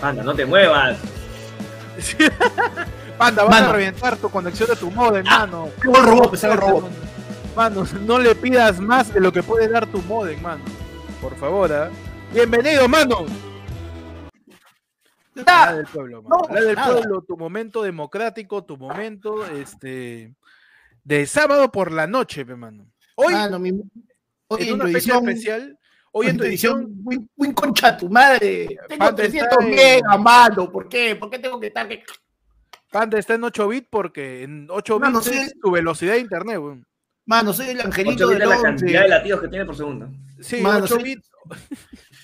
Panda, no te muevas. Panda, vas Mano. Ah, a reventar tu conexión de tu mod, hermano. Hago el robot, pues hago el robot. Mano, no le pidas más de lo que puede dar tu modem, mano. Por favor, ¿ah? Bienvenido, mano. La del pueblo, mano. Ah, No, La del nada. pueblo, tu momento democrático, tu momento este de sábado por la noche, pe, mano. Hoy Mano, mi- Ah, hoy en en una tu fecha edición. especial, hoy en tu edición Win, Win concha tu madre. Tengo Panda está 300 en- megas, mano. ¿Por qué? ¿Por qué tengo que estar? que- Panda está en 8 bit porque en 8 bits Mano, sí. es tu velocidad de internet, weón. Mano, soy el Ocho angelito mira del la cantidad de once. latidos que tiene por segundo. Sí, Mano, 8 sí. bits.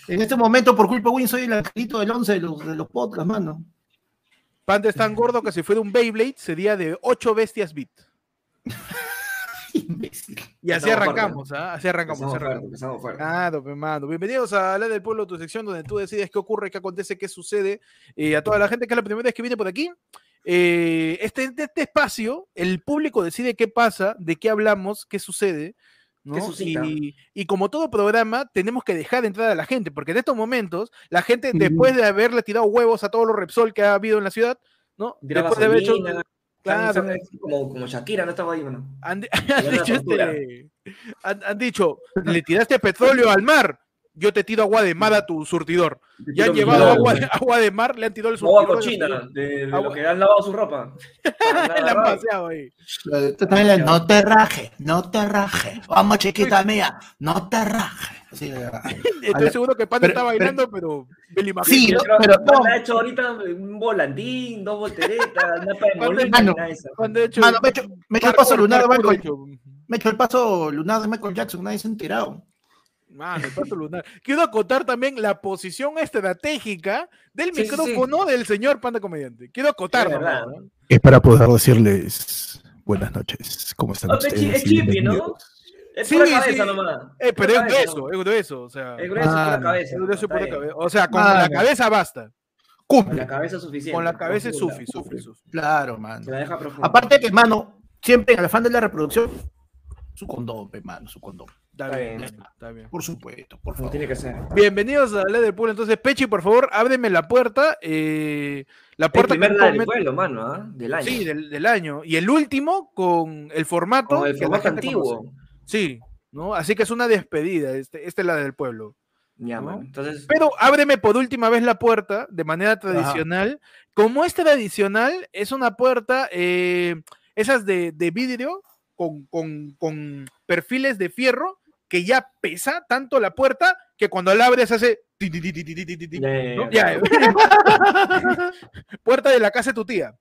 En este momento, por culpa de Win, soy el angelito del 11 de los, de los podcasts, mano. Panda es tan gordo que si fuera un Beyblade sería de 8 bestias bit. Imbécil. Y así Empezamos arrancamos, ¿ah? Así arrancamos, así Empezamos fuerte, arrancamos. empezamos fuerte. Claro, pe, mano. Bienvenidos a La del Pueblo, tu sección donde tú decides qué ocurre, qué acontece, qué sucede. Eh, a toda la gente que es la primera vez que viene por aquí. eh, este, de este espacio, el público decide qué pasa, de qué hablamos, qué sucede. ¿no? ¿Qué suscita? y, y como todo programa, tenemos que dejar de entrar a la gente, porque en estos momentos, la gente, Mm. después de haberle tirado huevos a todos los Repsol que ha habido en la ciudad, ¿no? Tiraba Después de haber hecho. gasolina, Claro, eh. tan- como, como Shakira, no estaba ahí, mano. han, di- han una dicho, tortura. este- han- han dicho, le tiraste petróleo al mar, yo te tiro agua de mar a tu surtidor. Ya han Tiro llevado mineral, agua, mano. de, agua de mar, le han tirado el surtidor. Agua del cochina, surtidor. de, de lo Agua- que han lavado su ropa. Le han paseado ahí. Eh, tú también la- No te rajes, no te rajes. Vamos, chiquita mía, no te rajes. Así, eh, Estoy seguro que Panda pero- está pero- bailando, pero me lo imagino. Sí, Yo no, creo que pero no. Panda ha hecho ahorita un volantín, dos volteretas, napa de Panda, molina, mano. nada de esa. Panda ha hecho- Mano, me he hecho, me he hecho el paso parkour, lunar de parkour, Michael. ha hecho. Me he hecho el paso lunar de Michael Jackson, nadie se ha enterado. Mano, el paso lunar. Quiero acotar también la posición estratégica del Sí, sí, sí. micrófono del señor Panda Comediante. Quiero acotar, Es verdad. nomás, ¿no? Es para poder decirles buenas noches. ¿Cómo están Ah, pero es chi- ustedes? es chipi, ¿no? Bienvenidos. Es Sí, pura sí. cabeza nomás. Eh, pero es pura cabeza, grueso, ¿no? es grueso. O sea, Es grueso, Ah, pura no, cabeza. es grueso y está pura bien. cabeza. O sea, con Mano. la cabeza basta. Con la Cumple. cabeza es suficiente. Con la cabeza es profunda, sufi, sufi, sufi. Claro, Se mano. la deja profunda. Aparte que, mano, siempre al fan de la reproducción, su condón, pe, mano, su condón. Está Está bien, bien. está bien. Por supuesto, por Como favor. tiene que ser. Bienvenidos a la del pueblo. Entonces, Pechi, por favor, ábreme la puerta. eh, la El puerta primer con la del comen- pueblo, mano, ¿ah? del año. Sí, del, del año. Y el último con el formato, Con el que la formato gente antiguo. conoce. Sí, ¿no? Así que es una despedida. Este, esta es la del pueblo. Ya, ¿no? Pues, mano. Entonces, Pero ábreme por última vez la puerta de manera tradicional. Como es tradicional, es una puerta, eh, esas de, de vidrio con, con- con perfiles de fierro que ya pesa tanto la puerta que cuando la abres hace. ti, ti, ti, ti, ti, ti, ti, ti, ti, Ya, ya, ¿no? ya. Ya. puerta de la casa de tu tía.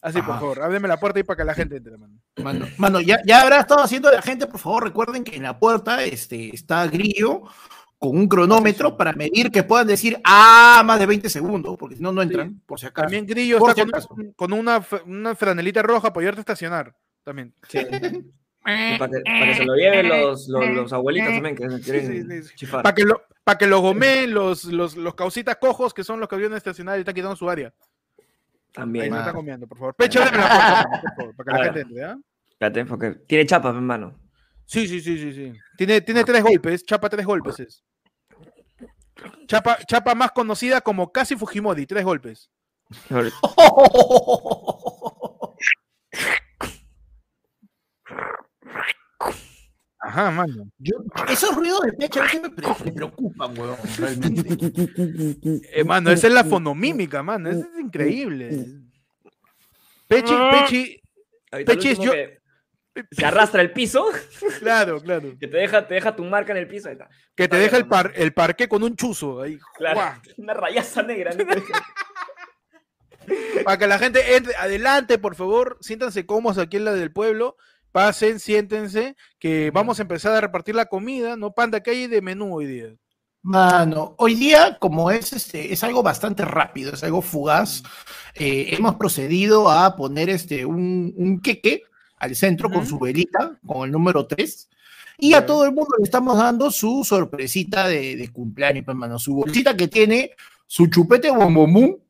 Así, por Ajá. favor, ábreme la puerta y para que la gente entre, mano. Mano, mano, ya, ya habrá estado haciendo la gente, por favor, recuerden que en la puerta este, está Grillo con un cronómetro para medir que puedan decir, ah, más de 20 segundos, porque si no, no entran, por si acaso. También Grillo Por está si con, un- con una, f- una franelita roja para ayudarte a estacionar. También. Y Para que, para que se lo lleven los, los, los abuelitos también, que quieren sí, sí. chifar. Para que lo, pa' que lo gomeen los, los, los causitas cojos que son los que vienen a estacionar y están quitando su área. Ahí También. no Ah. está comiendo, por favor. Pecho, ábreme la puerta, mano, por favor, para que la Ahora. gente entre, ¿ah? Espérate, porque tiene chapas, hermano. Sí, sí, sí, sí, sí. Tiene, tiene tres golpes, chapa tres golpes es. Chapa, chapa más conocida como Casi Fujimori, tres golpes. Oh, Ajá, mano. Yo- esos ruidos de pecho a veces me, pre- me preocupan, weón, realmente. Eh, mano, esa es la fonomímica, mano. Eso es increíble. Pechi, Pechi, Ahorita lo Pechis, último yo- que Se arrastra el piso, claro, claro. que te deja, te deja tu marca en el piso. ahí está. Que Está te deja bien, el, par, el parqué con un chuzo ahí. Claro, ¡guau! una rayaza negra. ¿no? Para que la gente entre, adelante, por favor, siéntanse cómodos aquí en la del pueblo. Pasen, siéntense, que vamos a empezar a repartir la comida, ¿no? Panda, ¿qué hay de menú hoy día? Mano, Ah, hoy día, como es, este, es algo bastante rápido, es algo fugaz, Mm. eh, hemos procedido a poner este, un, un queque al centro con Ujú. su velita, con el número 3, y a Ya. todo el mundo le estamos dando su sorpresita de, de cumpleaños, pues, mano, su bolsita que tiene su chupete bombomú,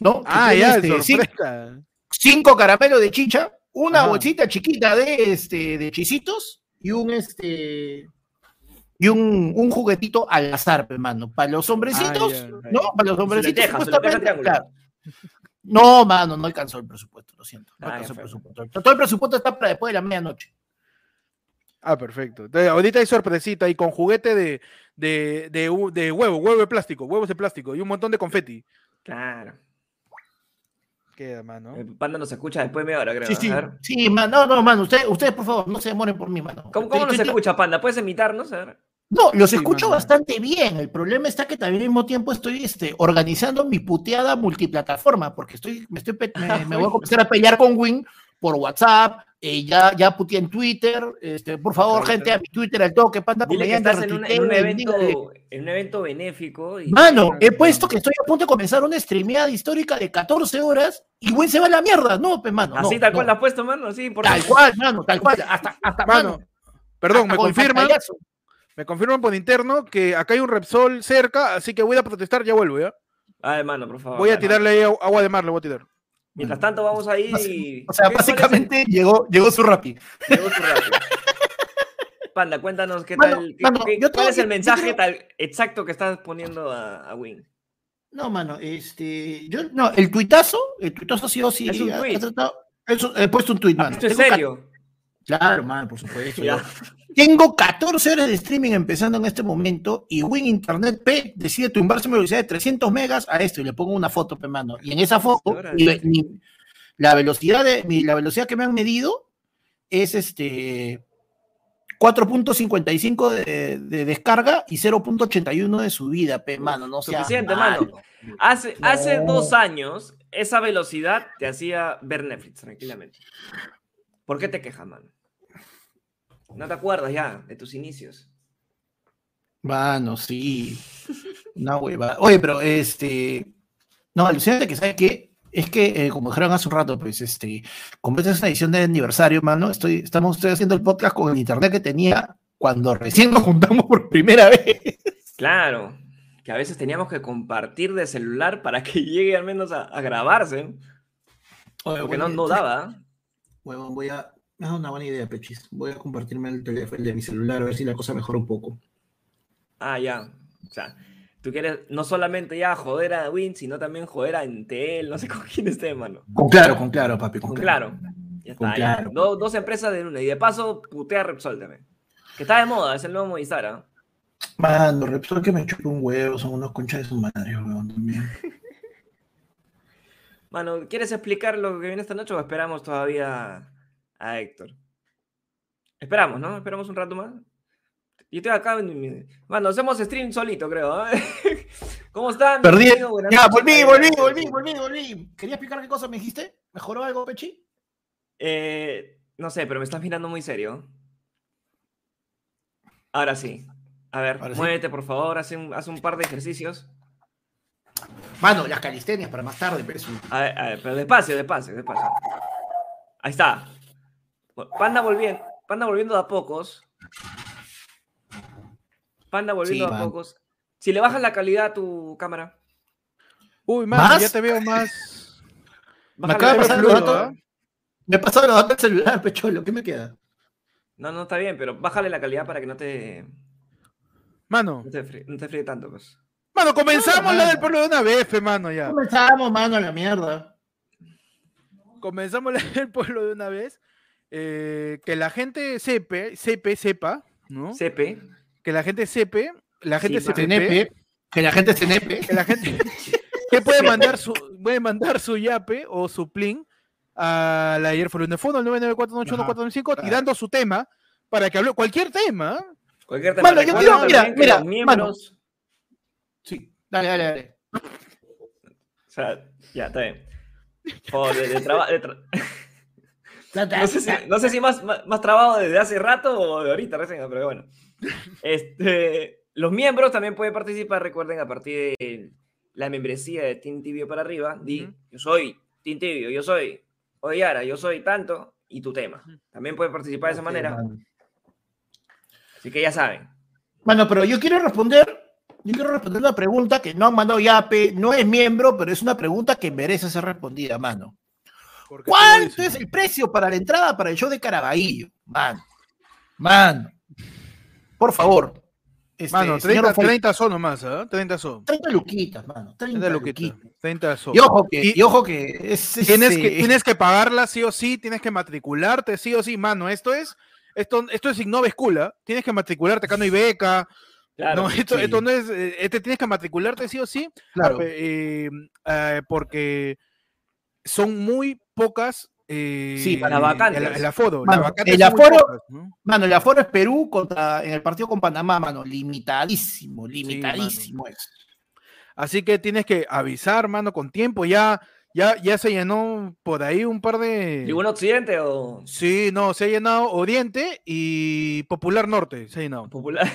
¿no? Que Ah, tiene, ya, este, cin- sorpresa. cinco caramelos de chicha, una Ajá. bolsita chiquita de, este, de chisitos y un, este, y un, un juguetito al azar, hermano. Para los hombrecitos, Ah, ya, ya. ¿no? Para los hombrecitos, lentejas, su justamente, lenteja triángulo. claro. No, mano, no alcanzó el presupuesto, lo siento. No Ah, ya alcanzó el fue. presupuesto. Todo el presupuesto está para después de la medianoche. Ah, perfecto. Entonces, ahorita hay sorpresita y con juguete de, de, de, hu- de huevo, huevo de plástico, huevos de plástico y un montón de confeti. Claro. Queda, mano. El panda nos escucha después de media hora, creo. Sí, sí. A ver. Sí, mano, no, no, mano. Ustedes, ustedes, por favor, no se demoren por mí, mano. ¿Cómo, cómo Estoy- nos estoy- escucha, panda? ¿Puedes imitarnos? A ver. No, los Sí, escucho mano. bastante bien. El problema está que también al mismo tiempo estoy este, organizando mi puteada multiplataforma, porque estoy, me, estoy, pe- me, me voy a comenzar a pelear con Win por WhatsApp, eh, ya, ya puteé en Twitter. Este, por favor, Ahorita. gente, a mi Twitter al toque, panda Dile que Comediante, estás en un, en un retuitea, dígale. evento, en un evento benéfico. Y... Mano, he puesto que estoy a punto de comenzar una streameada histórica de 14 horas y Win se va a la mierda. No, pues, mano. Así no, tal cual la no. has puesto, mano. Sí, por Tal cual, mano, tal cual. Hasta, hasta Mano, perdón, hasta me con el confirman, pantallazo. me confirman por interno que acá hay un Repsol cerca, así que voy a protestar, ya vuelvo, ¿ya? Ay, mano, por favor. Voy a dale. tirarle ahí agu- agua de mar, le voy a tirar. Mientras tanto, vamos ahí. y- O sea, ¿Qué- cuál es el- básicamente llegó, llegó su rapi. Llegó tu rato. Panda, cuéntanos qué Mano, tal. qué- mano, qué- yo ¿Cuál tengo es el que- yo mensaje quiero- tal exacto que estás poniendo a, a Win? No, mano, este. Yo, no, el tuitazo, el tuitazo sí o sí. Es un ha- ha tuit. Ah, tratado- es un- he puesto un tuit, mano. ¿Esto es Tengo ca- serio? Claro, mano, por supuesto. Ya. Tengo 14 horas de streaming empezando en este momento y Win Internet P decide tumbarse mi velocidad de 300 megas a esto y le pongo una foto, pe mano. Y en esa foto, Ahora, mi ve- mi- la, velocidad de, mi- la velocidad que me han medido es este 4.55 de, de descarga y 0.81 de subida, pe mano. No seas Suficiente, malo. mano. Hace, hace No. dos años, esa velocidad te hacía ver Netflix tranquilamente. ¿Por qué te quejas, mano? No te acuerdas ya de tus inicios. Mano, sí. Una hueva. Oye, pero este. No, alucinante que sabes que es que, eh, como dijeron hace un rato, pues este. Como esta es una edición de aniversario, mano, estoy, estamos estoy haciendo el podcast con el internet que tenía cuando recién nos juntamos por primera vez. Claro, que a veces teníamos que compartir de celular para que llegue al menos a, a grabarse. Oye, Porque voy no, a- no daba. Huevón, voy a. Es una buena idea, Pechis. Voy a compartirme el teléfono el de mi celular a ver si la cosa mejora un poco. Ah, ya. O sea, tú quieres no solamente ya joder a Win, sino también joder a Entel, no sé con quién esté, mano. Con claro, con claro, papi. Con, Con claro. Ya Con está, ya. Claro. Do- dos empresas de una. Y de paso, putea a Repsol también. Que está de moda, es el nuevo Movistar, ¿ah? Mano, Repsol que me chupa un huevo, son unos conchas de su madre, huevón, también. Mano, ¿quieres explicar lo que viene esta noche o esperamos todavía a Héctor? Esperamos, ¿no? Esperamos un rato más. Yo estoy acá. en mi- Mano, hacemos stream solito, creo. ¿eh? ¿Cómo están? Perdí. Bienvenido, buenas Ya, noches. volví, Ahí, volví, ahí, volví, ahí. volví, volví. ¿Quería explicar qué cosa me dijiste? ¿Mejoró algo, Pechi? Eh, no sé, pero me estás mirando muy serio. Ahora sí. A ver, Ahora sí. muévete, por favor. Haz un, haz un par de ejercicios. Mano, las calistenias para más tarde, pero eso. A ver, a ver, pero despacio, despacio, despacio. Ahí está. Vol- Panda volviendo, panda volviendo de a pocos. Panda volviendo Sí, de a man. pocos. Si le bajas la calidad a tu cámara. Uy, mano, ¿Más? ya te veo más. baja la acaba de calidad pasar ¿eh? del el fluido, dato. ¿ah? Me he pasado los datos del celular, Pecholo, ¿qué me queda? No, no está bien, pero bájale la calidad para que no te, Mano, no te, fríe, no te fríe tanto. Pues. mano, comenzamos la mano. del pueblo de una vez, fe, mano, Ah. ya. Comenzamos, mano, a la mierda. comenzamos la- el pueblo de una vez. eh, que la gente sepe, sepe, sepa, ¿no? CP. Que la gente sepe, la gente Sí, sepe, Tenepe. Que la gente se nepe. que la gente que puede mandar su puede mandar su yape o su plin a la ayer fue lunes fono al 994 Ajá. tirando su tema para que hable cualquier tema. Cualquier tema. Mano, yo Recuerda quiero- mira, también que mira, los miembros- Sí. Dale, dale, dale. O sea, ya, está bien. Por favor, de- de traba- de tra- No sé si, no sé si más, más, más trabado desde hace rato o de ahorita recién, pero bueno. Este, los miembros también pueden participar, recuerden, a partir de la membresía de Team Tibio para arriba. Di, Ujú. yo soy Team Tibio, yo soy Oyara, yo soy tanto, y tu tema. También pueden participar de esa manera. Así que ya saben. Mano, pero yo quiero responder. Yo quiero responder una pregunta que no han mandado Yape, no es miembro, pero es una pregunta que merece ser respondida, mano. Porque tú ¿Cuánto dices, es el precio para la entrada para el show de Caraballo? Man, man, por favor, Este, Mano, señor 30, Rafael, 30 son nomás, ¿ah? 30 son. 30 luquitas, mano. 30, 30 luquitas. luquitas. 30 son. Y ojo que, Y- y ojo que es, es, Tienes, eh, que, tienes que pagarla sí o sí, tienes que matricularte sí o sí, mano. Esto es, esto, esto es Innova School, ¿ah? Tienes que matricularte, acá no hay beca. Claro. no, esto, sí. esto no es, eh, eh, te tienes que matricularte sí o sí, claro. eh, eh, porque son muy pocas. eh, Sí, para las vacantes. El, el aforo. Mano, las vacantes el son muy aforo- pocas, ¿no? Mano, el aforo es Perú contra en el partido con Panamá, mano. Limitadísimo, limitadísimo es. Así que tienes que avisar, mano, con tiempo. Ya, ya, ya se llenó por ahí un par de. ¿Tribuna Occidente o Sí, no, se ha llenado Oriente y Popular Norte, se ha llenado. Popular?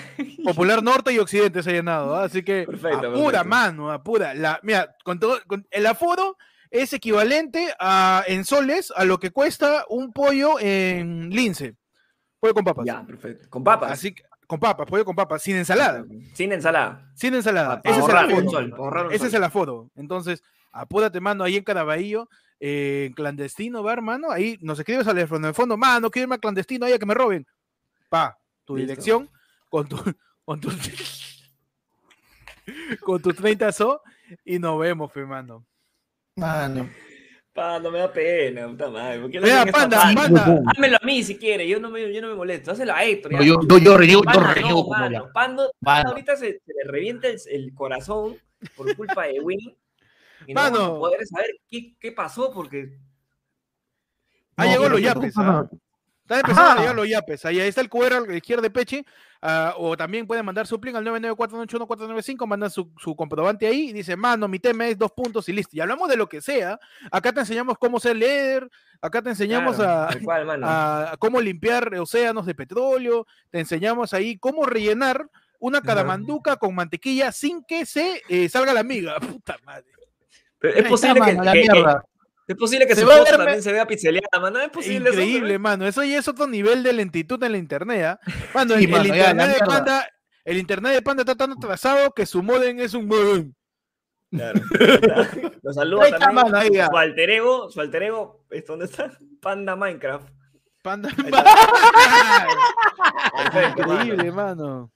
Popular Norte y Occidente se ha llenado, ¿ah? así que Perfecto, apura, perfecto. mano, apura. La, mira, con todo, con- el aforo es equivalente a, en soles a lo que cuesta un pollo en lince. Pollo con papas. Ya, perfecto. Con papas. Así que, con papas, pollo con papas, sin ensalada. Sin ensalada. Sin Pa- ensalada. pa Ese es el ahorrar un aforo. sol, pa ahorrar un Ese es sol. el aforo. Entonces, apúrate, mano, ahí en Caraballo, eh, en clandestino bar, mano. Ahí nos escribes al teléfono de fondo, mano, quiero irme a clandestino, ahí a que me roben. Pa, tu Listo. dirección con tu. Con tu con tus 30 so y nos vemos, fe, mano. Mano. Pa, no me da pena, puta madre. ¿Por qué le Vea, hacen esto a panda, Panda? panda. huevón. Hámelo a mí si quiere, yo no me, yo no me molesto. Hazlo a Héctor. No, ya. yo, yo, yo reniego, yo Panda, no, reniego como mano. la. Pando- Mano. ahorita se, se le revienta el, el corazón por culpa de Win. Y no Mano. vamos a poder saber qué, qué pasó porque Ah, No, llegó yo los no yapes. tengo ¿ah? nada. Están empezando a Ajá. llegar los yapes. Ahí, ahí está el QR a la izquierda de Peche. ah, o también pueden mandar su plin al 994181495. Mandan su, su comprobante ahí y dicen, mano, mi tema es dos puntos y listo. Y hablamos de lo que sea. Acá te enseñamos cómo ser líder. Acá te enseñamos Claro, a- tal cual, mano. a, cómo limpiar océanos de petróleo. Te enseñamos ahí cómo rellenar una caramanduca con mantequilla sin que se eh, salga la miga. Puta madre. Pero es Ahí posible está, que, mano, la que- que- mierda. es posible que Se su va a foto verme- también se vea pixeleada, mano. Es posible eso, E Increíble, ¿no? mano. Eso ya es otro nivel de lentitud en la internet. ¿ah? Mano, Sí, el, el mano, ya, la internet de mierda. Panda, el internet de Panda está tan atrasado que su modem es un modem. Claro. Los saluda Ahí está, también. mano, ahí ya. Su alter ego, su alter ego, ¿es ¿dónde está? Panda Minecraft. Panda. Perfecto, mano. Increíble, mano.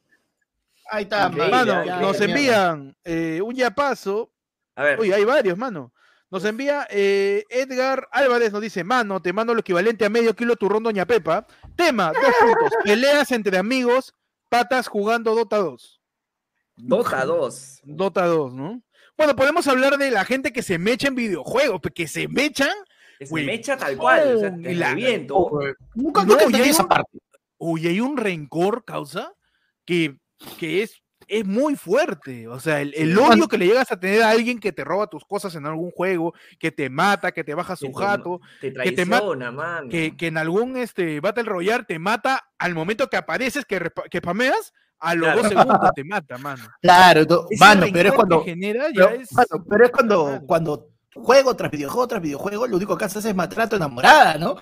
Ahí está, Increíble, Mano, ya, nos ya, envían eh, un yapazo. A ver, Uy, hay varios, mano. Nos envía eh, Edgar Álvarez, nos dice, mano, te mando lo equivalente a medio kilo turrón Doña Pepa. Tema, dos puntos. Peleas entre amigos, patas jugando Dota 2. Dota 2. Dota 2, ¿no? Bueno, podemos hablar de la gente que se mecha en videojuegos, pe- que se mechan. Es Uy, mecha tal cual. O sea, no, te oh, y la- reviento. Nunca, No, nunca ya entendí hay esa un- parte. Uy, hay un rencor, causa, que, que es, es muy fuerte. O sea, el, el odio que le llegas a tener a alguien que te roba tus cosas en algún juego, que te mata, que te baja Que su te jato, Te que te ma- traiciona, mano. que, que en algún este, Battle Royale te mata al momento que apareces, que, repa- que pameas, a los Claro. dos segundos te mata, mano. Claro, to- Ese mano, pero rencor es que cuando. genera ya Pero, es... mano, pero es cuando, Claro. cuando juego tras videojuego tras videojuego, lo único que haces es matar a tu enamorada, ¿no?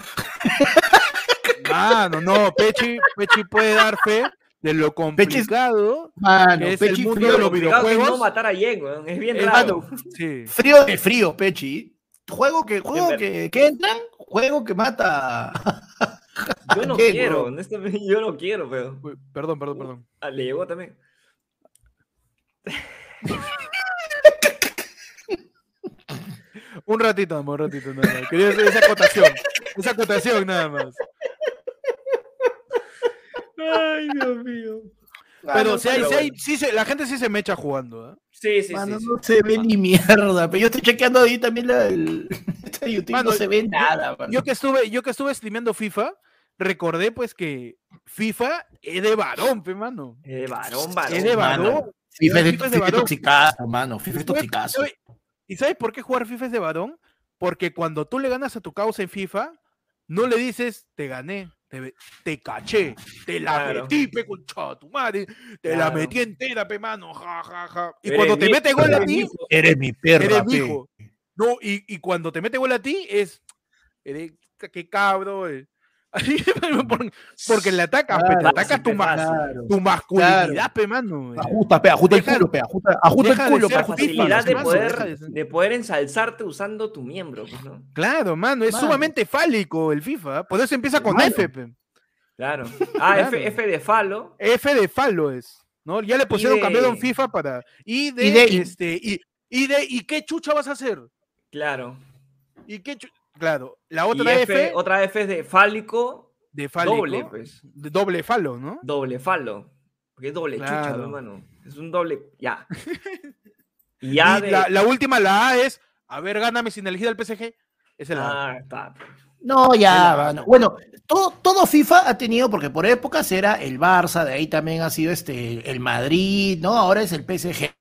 Mano, Ah, no, Pechi, Pechi puede dar fe de lo complicado. Mano, Que es el Pechi, mundo frío, de los Complicado que es No videojuegos. Eh, matar a Yen, weón. Es bien Es- raro. mano, Sí. frío de frío, Pechi. Juego que, juego ver- que, que entran, juego que mata. Yo no Yen, quiero, weón. honestamente, yo no quiero, pero. Uy, Perdón, perdón, perdón. Ah, le llegó también. Un ratito, amor, un ratito. Nada más. Quería hacer esa acotación. Esa acotación nada más. Ay, Dios mío. Pero si hay, Ah, pero si hay- bueno. sí se- la gente sí se mecha jugando. ¿ah? Sí, sí, Mano, sí. sí. no se ve ni mierda. Pero yo estoy chequeando ahí también la, el, este YouTube. Mano, no se ve nada, mano. Yo que estuve, yo que estuve streameando FIFA, recordé pues que FIFA es de varón, pe mano. Eh, varón, varón. Es de mano. varón. FIFA es de- FIFA es de FIFA es varón. toxicazo, mano. FIFA Güey, es toxicazo. ¿sabe- ¿Y sabes por qué jugar FIFA es de varón? Porque cuando tú le ganas a tu causa en FIFA, no le dices, te gané, te, ve- te caché, te la Claro. metí, pe concha de tu madre, te la Claro. metí entera, pe mano, ja, ja, ja. Y Eres cuando te mi- mete gol a eres ti, mi- Eres mi perra, eres mi pe. hijo. No, y, y cuando te mete gol a ti, es, eres, qué cabro, eh. Así, por- Porque le atacas, pe, te Claro, atacas siempre tu, ma- pasa. Claro. tu masculinidad, pe mano. eh. Ajusta, pe, ajusta el Deja- culo, pe, ajusta, ajusta deja el de culo, pe, ser La ajusta el FIFA, facilidad los de mazos, deja de poder, ser- de poder ensalzarte usando tu miembro, pues, ¿no? Claro, mano, es Mano. sumamente fálico el FIFA. Por eso empieza con Claro. F. pe. Claro. Ah, F, Claro. F de falo. F de falo es. ¿no? Ya le pusieron Y de- cambiado en FIFA para. Y de, Y de- y- este, y, y de, ¿y qué chucha vas a hacer? Claro. ¿Y qué chu- Claro, la Y otra F, otra F es de fálico, de fálico, doble, pues. de doble falo, ¿no? Doble falo. Porque es doble chucha, Claro. ¿no, hermano. Es un doble. Ya. Y ya y de. la, la última, la A, es, a ver, gáname sin elegir al PSG. Esa es la A. Ah, está. No, ya, Ahí la- mano. Bueno, todo, todo FIFA ha tenido, porque por épocas era el Barça, de ahí también ha sido este el Madrid, ¿no? Ahora es el PSG.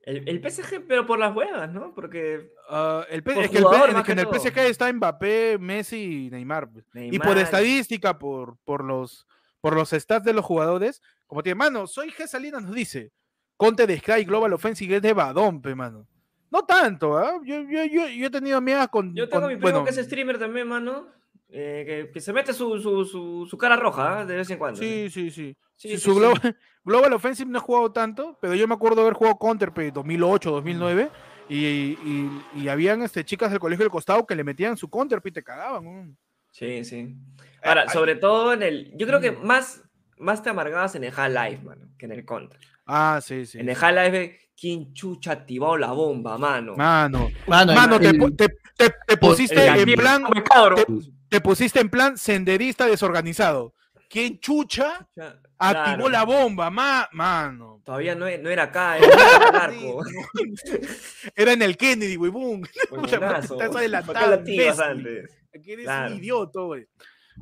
El, el PSG, pero por las huevas, ¿no? Porque. Ah, el P- Por es que el, P- jugador, es más que en que el todo. PSG está Mbappé, Messi y Neymar. pues. Y por Neymar- estadística, por, por, los, por los stats de los jugadores, como tiene, mano, soy G. Salinas, nos dice, Conte de Sky Global Offensive es de Badón, pe, mano. No tanto, ¿ah? yo, yo, yo, yo he tenido amigas con... Yo tengo con- mi primo bueno, que es streamer también, mano. eh, que, que se mete su, su, su, su cara roja ¿ah? de vez en cuando. Sí, sí, sí. Sí, Sí, sí, su sí. Global, Global Offensive no he jugado tanto, pero yo me acuerdo haber jugado Counter pe, 2008, 2009 y, y- y habían este, chicas del colegio del costado que le metían su Counter pe, y te cagaban. weón. Sí, sí. Ahora, ay. sobre todo en el. Yo creo que Eh, Mm. más, más te amargabas en el Half-Life, mano, que en el Contra. Ah, sí, sí. En el Half-Life, ¿quién chucha ha activado la bomba, mano? Mano, Mano, el- mano, te, el- pu- te, te- te pusiste El en Gabriel plan, Gómez Cabro. te- te pusiste en plan senderista desorganizado. ¿Quién chucha Ya, activó claro, la bomba? Ma- mano. Todavía no, e- no era acá, era en el arco. Era en el Kennedy, wey, boom. Huevonazo. Estás adelantado, Acá la tibas imbécil. antes. Aquí eres Claro. un idiota, güey.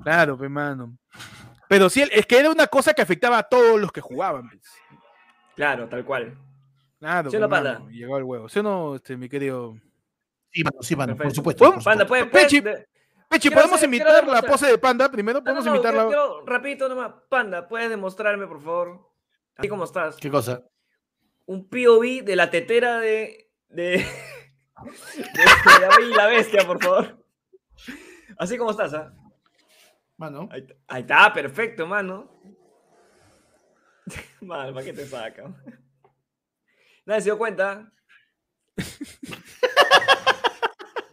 Claro, pe, mano. Pero sí, es que era una cosa que afectaba a todos los que jugaban. pues. Claro, tal cual. Claro, Sí, pe, la mano, pala. Llegó el huevo. ¿Sí o no, este, mi querido? Sí, mano, sí, mano, por Perfecto. supuesto. por Panda, supuesto. pues, Pechi, de- Pechi, Quiero ¿podemos hacer- quiero imitar la demostrar- pose de panda? Primero, No, no, ¿podemos no, imitar quiero- la...? quiero- rapidito nomás. Panda, ¿puedes demostrarme, por favor? Ah, Así como estás. ¿Qué cosa? Un POV de la tetera de... De, de, de la Bella y la bestia, por favor. Así como estás, ¿ah? Mano. Ahí, está- ahí está, perfecto, mano. Mal, ¿para qué te saca? Nadie se dio cuenta.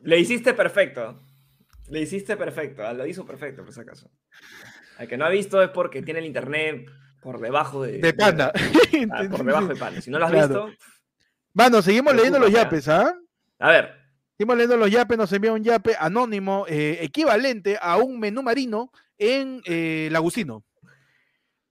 Le hiciste perfecto. Le hiciste perfecto. ah, Lo hizo perfecto, por si acaso. Al que no ha visto es porque tiene el internet por debajo de. De panda. ah, por debajo de panda. Si no lo has Claro. visto. Mano, seguimos Te leyendo los juro, ya. yapes, ¿ah? A ver. Seguimos leyendo los yapes, nos envía un yape anónimo eh, equivalente a un menú marino en eh, el Agustino.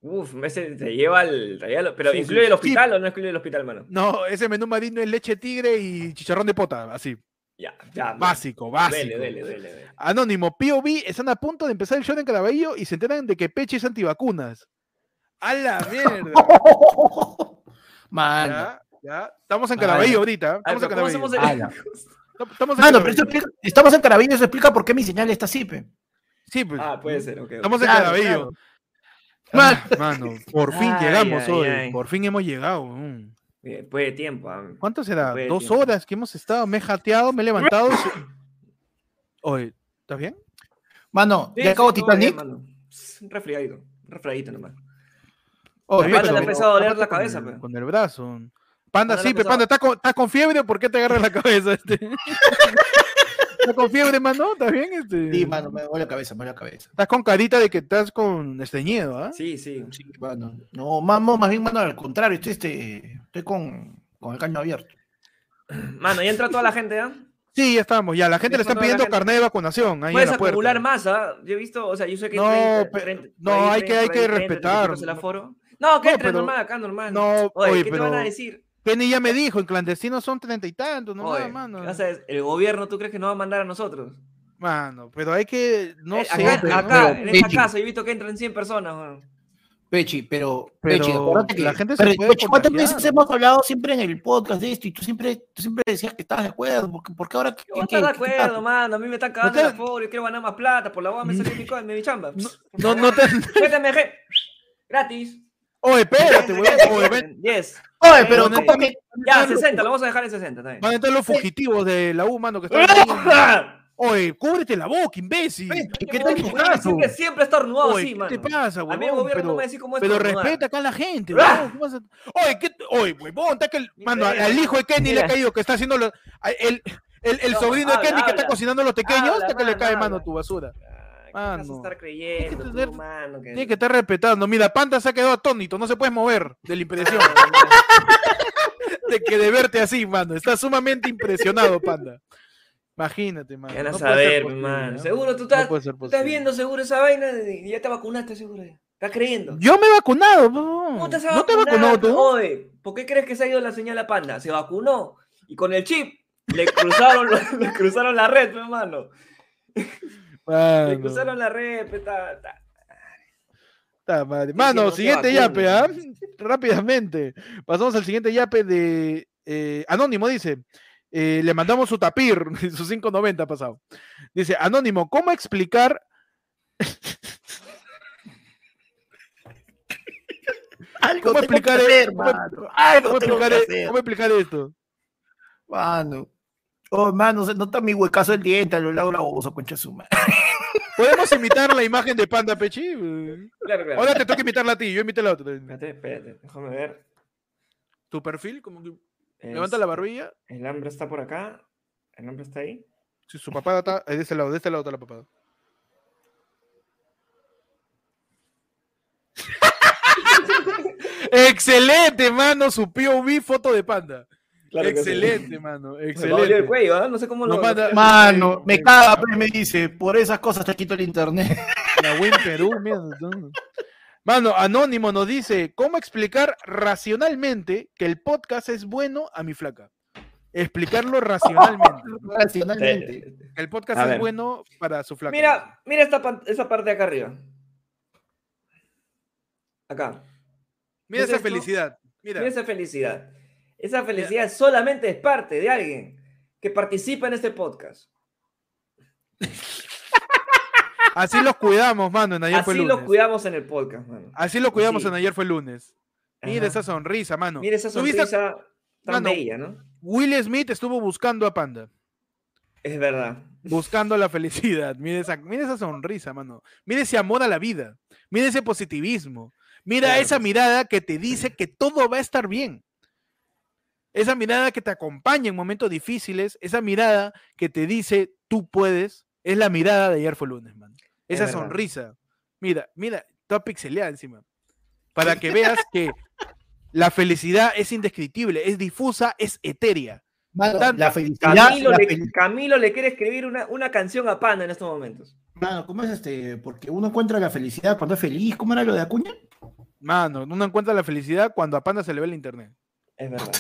Uf, ese te lleva al. te lleva al- pero Sí, sí, ¿incluye el sí. hospital o no incluye el hospital, mano? No, ese menú marino es leche tigre y chicharrón de pota, así. Ya, ya. mano. Básico, básico. Dele, dele, dele, dele. Anónimo, POV están a punto de empezar el show en Caraballo y se enteran de que Peche es antivacunas. ¡A la mierda! Mano. ¿Ya? ¿Ya? Estamos en Ala. Caraballo ahorita. Ay, Estamos en pero ¿Cómo Caraballo. hacemos Ala. el.? Estamos- estamos en Mano, pero esto Caraballo. explica- estamos en Carabineros, eso explica por qué mi señal está así, pe. Sí, pues. Ah, puede ser, ok. ok. Estamos en Claro, Caraballo. claro. Ah, Mano, por fin Ay, llegamos ay, hoy. ay. Por fin hemos llegado. mm. Eh, Después de tiempo. ah. ¿Cuánto será? Después de Dos tiempo. horas que hemos estado. Me he jateado, me he levantado. Oye, ¿estás bien? Mano, Sí, ya acabó sí, todo bien, Titanic. mano. Pss, Un refriadito, un refriadito nomás. Oh, Está bien, Panda le pero- ha empezado a doler Panda la con cabeza, pues. el- pe. Con el brazo. Panda, Panda le ha sí, pe, empezado- panda, ¿estás con, estás con fiebre o por qué te agarras la cabeza? Este? ¿Estás con fiebre, mano? ¿Estás bien? Este? Sí, mano, me duele la cabeza, me duele la cabeza. Estás con carita de que estás con estreñido, ¿ah? Sí, sí. Sí, mano. No, mamo, más bien, mano, al contrario, estoy, este, estoy con, con el caño abierto. Mano, ya entra toda la gente, ¿ah? Sí, ya estamos. Ya, la gente le Dejo está toda la pidiendo gente. carnet de vacunación ahí en Puedes la puerta. acumular más, ¿ah? Yo he visto, o sea, yo sé que. No, treinta- pe- treinta- no, por ahí hay que- hay por que ahí treinta, respetar. 35 es el aforo. No, que No, entre pero- normal, acá normal. No, Oye, oye, ¿qué pero te van a decir? Penny ya me dijo, en clandestino son treinta y tantos, no Oye, mano. o sea, el gobierno, ¿tú crees que nos va a mandar a nosotros? Mano, pero hay que, no Eh, sé. acá, pero- acá, pero- en esta Pechi. casa, yo he visto que entran 100 personas, mano. Pechi, pero, Pero Pechi, acuérdate que la gente se puede Pechi, ¿cuántas contagiar? veces hemos hablado siempre en el podcast de esto y tú siempre, tú siempre decías que estabas de acuerdo? ¿Por qué, por qué ahora? qué- Yo voy a qué- estar de qué- qué acuerdo, mano. A mí me están cagando te- el aforo. Yo quiero ganar más plata. Por la boda me salió mi, co- mi chamba. No, no te... Méteme, je- Gratis. Oye, espérate, güey. Oye, ven- 10. Oye, pero Ponte- ¿cómo que? Ya, 60. Lo vamos a dejar en 60 van a también. entrar los fugitivos de la U, mano, que están... ahí. Ah, Oye, cúbrete la boca, imbécil. Pechi, ¿qué Oye, tal mi tu mano, caso? Siempre, siempre he estornudado Oye, así, mano. ¿qué te pasa, A huevón? mí el gobierno no pero, me dice cómo es pero estornudar. respeta acá a la gente, ¡Ah! huevón, ¿qué pasa? Oye, ¿qué t- oye, huevón, está que el- Ni mano, idea. al hijo de Kenny le Mira. ha caído que está haciendo los- a- el, el, el No, sobrino de habla, Kenny que está habla. cocinando los pequeños, Habla, hasta que le mano, cae, mano, habla. tu basura. Ah, ¿Qué Mano. vas a estar creyendo, Tiene que tú, tener- mano? Que... Tiene que estar respetando. Mira, Panda se ha quedado atónito, no se puede mover de la Ah, impresión de que de verte así, mano. Está sumamente impresionado, Panda. Imagínate, mano. Van a No puede ser saber, posible, man. ¿no? Seguro tú No estás, puede ser tú estás posible. viendo seguro esa vaina y ya te vacunaste seguro. ya. ¿Estás creyendo? Yo me he vacunado. po. ¿Cómo se ¿No te has vacunar? vacunado tú? Oye, ¿por qué crees que se ha ido la señal a Panda? Se vacunó y con el chip le cruzaron, le cruzaron la red, mi hermano. Mano, Le cruzaron la red, pe, ta, ta. puta madre. Mano, no se siguiente yape, ¿ah? vacunen. Rápidamente. Pasamos al siguiente yape de eh, Anónimo, dice. eh, le mandamos su tapir, su 590 pasado. Dice, Anónimo, ¿cómo explicar? Algo ¿Cómo tengo que explicar hacer, el- cómo- mano. Algo ¿Cómo tengo que explicar, e-, hacer. cómo explicar esto? Mano. Oh, mano, se nota mi huecazo del diente a lo largo de la bobosa, concha su madre. ¿Podemos imitar la imagen de Panda Pechi? Claro, claro. Ahora te toca imitarla a ti, yo imité la otra. Espérate, espérate, déjame ver. Tu perfil, como que Es- levanta la barbilla. El hambre está por acá. El hambre está ahí. Sí, su papá está eh, de este lado, de este lado está la papada. Excelente, mano, su POV foto de panda. excelente, mano, Se va a doler el excelente. cuello, ¿ah? No sé cómo Nos lo. manda- Mano, me caga, pues me dice, por esas cosas te quito el internet. La Win Perú, mira, todo. Mano, Anónimo nos dice, ¿cómo explicar racionalmente que el podcast es bueno a mi flaca? Explicarlo racionalmente. Racionalmente. Que el podcast A es ver. bueno para su flaca. Eh, Mira, mira esta, pan- esa parte de acá arriba. Acá. Mira ¿es esa esto? felicidad. Mira. Mira esa felicidad. Esa felicidad solamente es parte de alguien que participa en este podcast. Así los cuidamos, mano, en ayer fue Así lunes. los cuidamos en el podcast, mano. Así lo cuidamos Sí. en ayer fue lunes. Mira Ajá. esa sonrisa, mano. Mira esa ¿Tú viste- sonrisa tan Mano. bella, ¿no? Will Smith estuvo buscando a Panda, Es verdad. buscando la felicidad. Mira esa, mira esa sonrisa, mano. Mira ese amor a la vida. Mira ese positivismo. Mira Claro, esa pues. mirada que te dice que todo va a estar bien. Esa mirada que te acompaña en momentos difíciles, esa mirada que te dice tú puedes, es la mirada de ayer fue lunes, mano. Es Esa verdad. sonrisa. Mira, mira, toda pixeleada encima. Para que veas que la felicidad es indescriptible, es difusa, es etérea. Mano, Tanto- la felicidad. Camilo, la le, fel- Camilo le quiere escribir una, una canción a Panda en estos momentos. Mano, ¿cómo es este? Porque uno encuentra la felicidad cuando es feliz. ¿Cómo era lo de Acuña? Mano, uno encuentra la felicidad cuando a Panda se le ve el internet. Es verdad.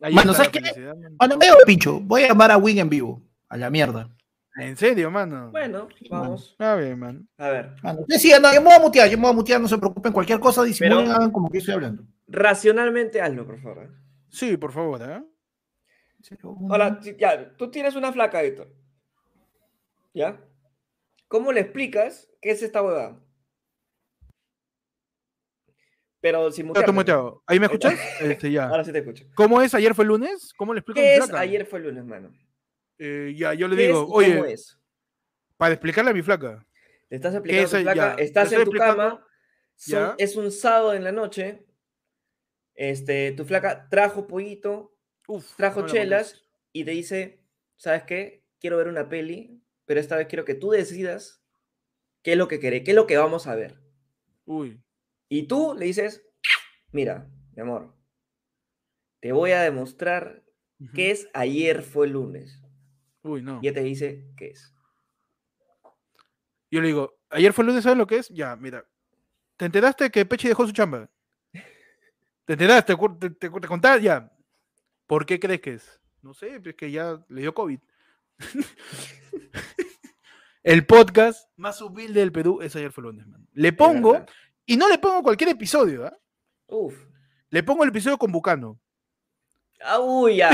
Ahí Mano, está la ¿sabes qué? felicidad, mano. Mano, veo pincho. Voy a llamar a Wing en vivo. A la mierda. En serio, mano. Bueno, vamos. A ver, mano. A ver. Mano, ustedes sigan, no, yo me voy a mutear, yo me voy a mutear, no se preocupen. Cualquier cosa disimulen, Pero- hagan como que estoy hablando. Racionalmente hazlo, por favor. Sí, por favor, ¿ah? Ahora, si- ya, tú tienes una flaca, Héctor. ¿Ya? ¿Cómo le explicas qué es esta huevada? Pero Ya, sin tú mutearme, ¿no? muteado. ¿Ahí me Ahí está. escuchas? Este, ya. Ahora sí te escucho. ¿Cómo es? ¿Ayer fue lunes? ¿Cómo le explico a mi ¿Qué es flaca? ayer fue el lunes, mano? Eh, ya, yo le ¿Qué es digo, y cómo oye, es? para explicarle a mi flaca. Le estás explicando a es tu el- flaca, ya, estás le en estoy tu explicando, cama, son- ya. es un sábado en la noche, este, tu flaca trajo pollito, Uf, trajo no la chelas y te dice, ¿sabes qué? Quiero ver una peli, pero esta vez quiero que tú decidas qué es lo que querés, qué es lo que vamos a ver. conozco. Uy. Y tú le dices, mira, mi amor, te voy a demostrar ujú. qué es ayer fue lunes. Uy, no. Y ella te dice, ¿qué es? Yo le digo, ayer fue lunes, ¿sabes lo que es? Ya, mira. ¿Te enteraste que Pechi dejó su chamba? ¿Te enteraste? ¿Te, acuer- te, te acuer- te contaba? Ya. ¿Por qué crees que es? No sé, es que ya le dio COVID. El podcast más humilde del Perú es ayer fue lunes, man. Le pongo, verdad. y no le pongo cualquier episodio, ¿ah? Uf. Le pongo el episodio con Bucano. Ah, uy, ya.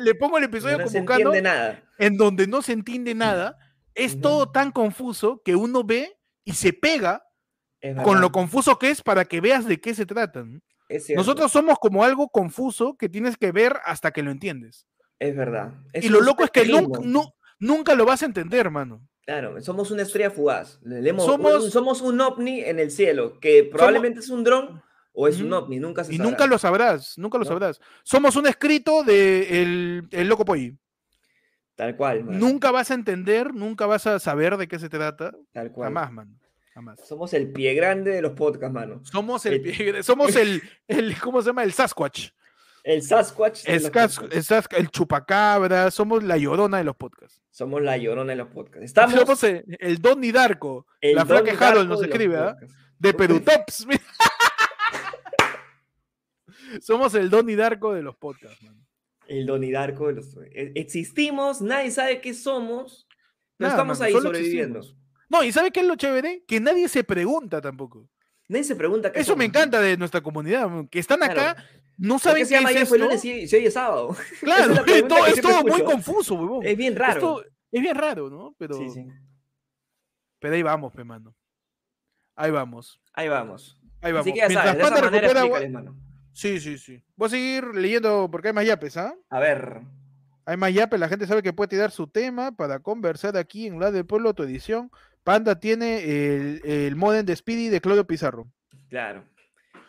Le pongo el episodio No con se Bucano entiende nada. en donde no se entiende nada. Es Ujú. todo tan confuso que uno ve y se pega Es con verdad, lo confuso que es para que veas de qué se tratan. es cierto, Nosotros somos como algo confuso que tienes que ver hasta que lo entiendes. Es verdad. y lo un loco es que nunca, espejismo. nu- nunca lo vas a entender, mano. Claro, somos una estrella fugaz. Le- le hemos- un- Somos- un- somos un ovni en el cielo, que probablemente es un dron o es un Ujú. ovni, nunca se Y sabrá. nunca lo sabrás, nunca lo No. sabrás. Somos un escrito de el, el Loco Polly. Tal cual, man. Nunca vas a entender, nunca vas a saber de qué se trata. Tal cual. Jamás, mano. Jamás. Somos el pie grande de los podcasts, mano. Somos el, somos el, el, ¿cómo se llama? El Sasquatch. El Sasquatch. de El, los cas- podcasts. el Sas- el chupacabra, somos la llorona de los podcasts. Somos la llorona de los podcasts. Estamos Somos el, el Donnie Darko, el la flaca Harold Don Darko nos de los escribe, ¿ah? podcasts. De Perú Tops. mira. somos el Donnie Darko de los podcasts, mano. El Donnie Darko de los... e- Existimos, nadie sabe qué somos, pero Nada, estamos mano, ahí solo sobreviviendo. No, y ¿sabe qué es lo chévere? Que nadie se pregunta tampoco. Nadie se pregunta qué Eso me somos. encanta de nuestra comunidad, man, que están Claro. acá, no ¿Por qué saben se qué llama es ayer fue esto. lunes y y hoy es sábado? Claro, la es pregunta todo, que es siempre todo muy escucho. confuso, huevón. Es bien raro. Esto es bien raro, ¿no? Pero, Sí, sí. pero ahí vamos, pe mano. Ahí vamos. Ahí vamos. Ahí vamos. Así que ya sabes, de esa Panda manera recupera- explícales, mano. Sí, sí, sí. Voy a seguir leyendo porque hay más yapes, ¿ah? A ver, Hay más yapes, la gente sabe que puede tirar su tema para conversar aquí en La del Pueblo, tu edición. Panda tiene el, el modem de Speedy de Claudio Pizarro. claro.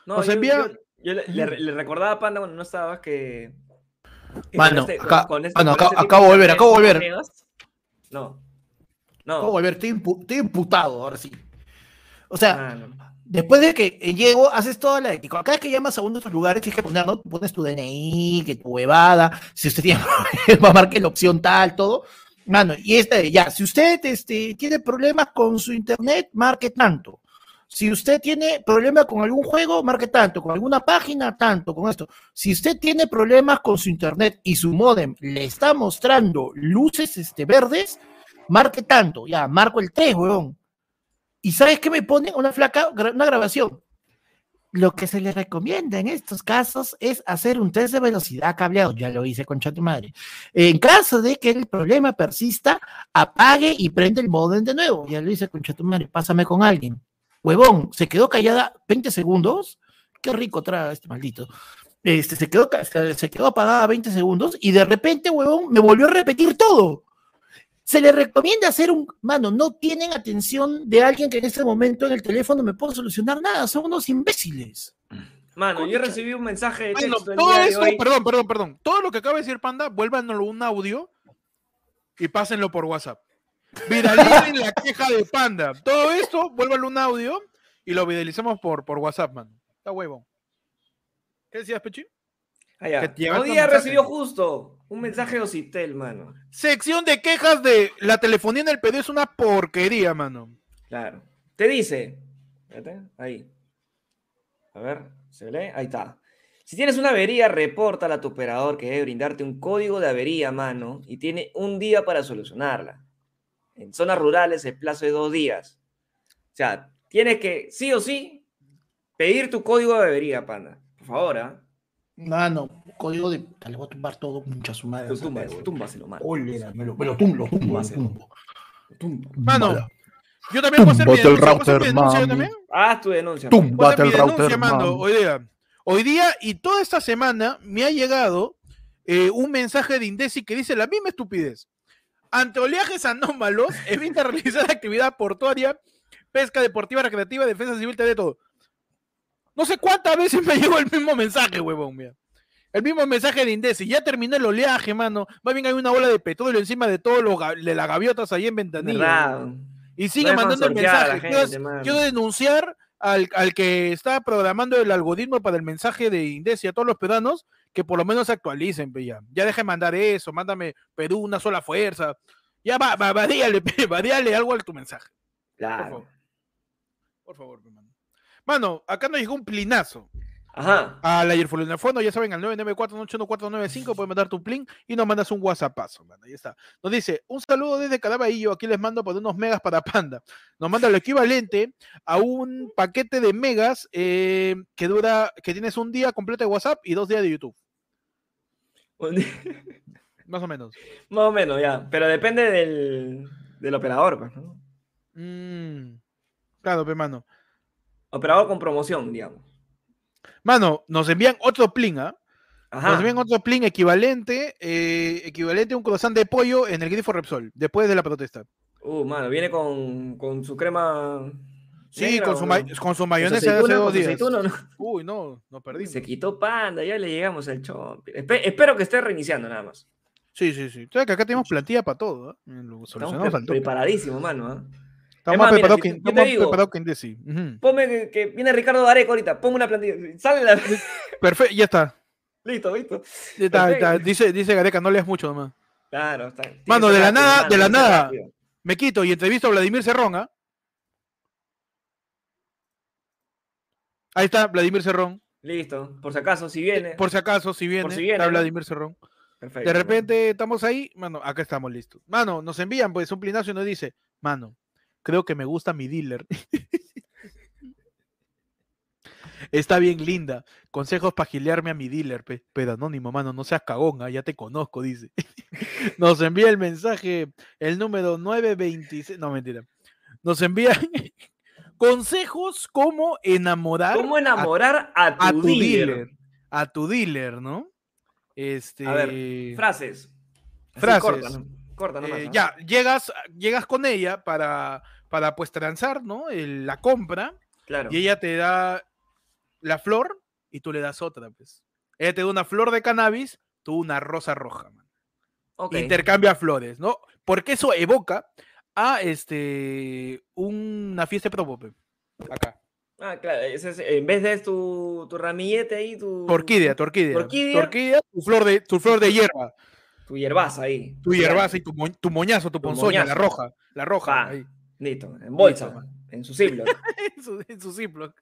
No, Nos yo, envía- yo- yo le, le- le recordaba a Panda cuando no estabas que... que este, Mano, acá- mano, acá- tipo acabo de volver, de- acabo de volver. monedas- No. No. ¿Cómo volver? Estoy, impu- estoy imputado, ahora sí. O sea, mano. después de que eh, llego, haces toda la. que Cada vez que llamas a uno de esos lugares, tienes que poner, ¿no? Pones tu DNI, que tu huevada. Si usted tiene problema, marque la opción tal, todo. Mano, y esta de ya. Si usted este, tiene problemas con su internet, marque tanto. Si usted tiene problemas con algún juego, marque tanto. Con alguna página, tanto. Con esto. Si usted tiene problemas con su internet y su modem le está mostrando luces este, verdes, marque tanto. Ya, marco el 3, weón. ¿Y sabes qué me pone? Una flaca, gra- una grabación. Lo que se le recomienda en estos casos es hacer un test de velocidad cableado. Ya lo hice con chat madre. En caso de que el problema persista, apague y prende el modem de nuevo. Ya lo hice con chat madre. Pásame con alguien. Huevón, se quedó callada 20 segundos. Qué rico traga este maldito. Este, se, quedó, ca- se se quedó apagada 20 segundos y de repente, huevón, me volvió a repetir todo. Se le recomienda hacer un, mano, no tienen atención de alguien que en este momento en el teléfono me pueda solucionar nada, son unos imbéciles. Mano, yo Concha. recibí un mensaje de Bueno, texto el todo día de eso, hoy. perdón, perdón, perdón. Todo lo que acaba de decir Panda, vuélvanlo un audio y pásenlo por WhatsApp. Viralicen la queja de Panda. Todo esto, vuélvanlo un audio y lo viralizamos por, por WhatsApp, man. Está huevón. ¿Qué decías, Pechi? Ah, ya. que te llegaron Hoy día mensajes. recibió justo un mensaje de Ocitel, mano. Sección de quejas de la telefonía en el Perú es una porquería, mano. Claro. Te dice. espérate, Ahí. A ver, ¿se lee? Ahí está. Si tienes una avería, repórtala a tu operador que debe brindarte un código de avería, mano, y tiene un día para solucionarla. En zonas rurales el plazo es dos días. O sea, tienes que, sí o sí, pedir tu código de avería, panda. Por favor, ¿ah? Mano, código de. puta, Le voy a tumbar todo, mucha su madre. Tú túmbaselo, túmbaselo, mano. Ole, me lo, me lo tumbo, lo tumbo, lo tumbo. Tumba. Mano, yo también voy a hacer mi Bota el denuncia, ¿puedo hacer mi router, denuncia yo mami. también? Haz tu denuncia. mano. Voy a Tumbate hacer el mi denuncia, router, mano, mano. hoy día. Hoy día y toda esta semana me ha llegado eh, un mensaje de Indesi que dice la misma estupidez. Ante oleajes anómalos, evita realizar actividad portuaria, pesca deportiva, recreativa, defensa civil, te de todo. No sé cuántas veces me llegó el mismo mensaje, huevón, mira. El mismo mensaje de Indesi. Ya terminó el oleaje, mano. Más bien hay una ola de petróleo encima de todos los ga- de las gaviotas ahí en Ventanilla. ¿Verdad? Y sigue No dejan mandando el sortear a la mensaje. Quiero, gente, mano. quiero denunciar al, al que está programando el algoritmo para el mensaje de Indesia a todos los peruanos que por lo menos se actualicen, pe, ya. Ya deje de mandar eso, mándame Perú una sola fuerza. Ya va, va, varíale, pe, varíale algo a tu mensaje. Por Claro. favor. Por favor, pe, mano. Mano, acá nos llegó un plinazo. Ajá. Al ayer fono, ya saben, al 994-81495 pueden mandar tu plin y nos mandas un WhatsAppazo, mano. Ahí está. Nos dice, un saludo desde Caraballo, aquí les mando por unos megas para Panda. Nos manda lo equivalente a un paquete de megas eh, que dura, que tienes un día completo de WhatsApp y dos días de YouTube, más o menos. Más o menos, ya. Pero depende del, del operador, pues, ¿no? Mm, Claro, pe, mano. Operador con promoción, digamos. Mano, nos envían otro plin, ¿ah? Ajá. Nos envían otro plin equivalente, eh, equivalente a un croissant de pollo en el grifo Repsol, después de la protesta. Uh, mano, viene con, con su crema. Sí, negra, con ¿o su, no? ma- Con con su su mayonesa de hace aceituna, dos con su días. aceituna, ¿no? Uy, no, no perdimos. Se quitó panda, ya le llegamos al chompi. Espe- espero que esté reiniciando nada más. Sí, sí, sí. O sea, que acá tenemos plantilla para todo. ¿eh? Lo Estamos solucionamos pre- al toque. preparadísimos, mano. ¿eh? Estamos Es más más, mira, preparados si- que, yo te estamos más digo- preparados que Indesi. Ujú. Ponme que, que viene Ricardo Gareco ahorita, ponme una plantilla. Sale la. Perfecto, ya está. listo, listo. Ya está, ya está. Perfecto. Dice, dice Gareca, no leas mucho nomás. Claro, está. tiene Mano, que de ser la rápido, nada- mano, de la tiene que ser nada. rápido. Me quito y entrevisto a Vladimir Cerrón, ¿ah? Ahí está Vladimir Cerrón. Listo, por si acaso, si viene. Por si acaso, si viene, si viene, está ¿no? Vladimir Cerrón. Perfecto, De repente estamos ahí, mano, acá estamos listos. Mano, nos envían pues un plinazo y nos dice, mano, creo que me gusta mi dealer. Está bien linda. Consejos para gilearme a mi dealer, pe. pero anónimo, mano, no seas cagón, ah, ya te conozco, dice. Nos envía el mensaje, el número 926, no mentira. Nos envía consejos como enamorar ¿Cómo a enamorar a tu, a tu dealer. dealer? A tu dealer, ¿no? Este. A ver, frases. Así Frases. corta, ¿no? Corta nomás, ¿ah? eh, ¿no? ya, llegas, llegas con ella para, para pues transar, ¿no? El- la compra. Claro. Y ella te da la flor y tú le das otra, pues. Ella te da una flor de cannabis, tú una rosa roja, man. Ok. Intercambia flores, ¿no? Porque eso evoca a este una fiesta de propo, pe. Acá. Ah, claro. ese es- en vez de es tu, tu ramillete ahí, tu. Tu orquídea, tu orquídea. Orquídea. orquídea, tu flor de, tu flor de hierba. Tu hierbaza ahí. Tu hierbaza y tu, mo- tu moñazo, tu, Tu ponzoña, la moñazo. roja, la roja Pa. ahí, Listo, en bolsa, Listo, en su ciclo. en su, en su Ziploc.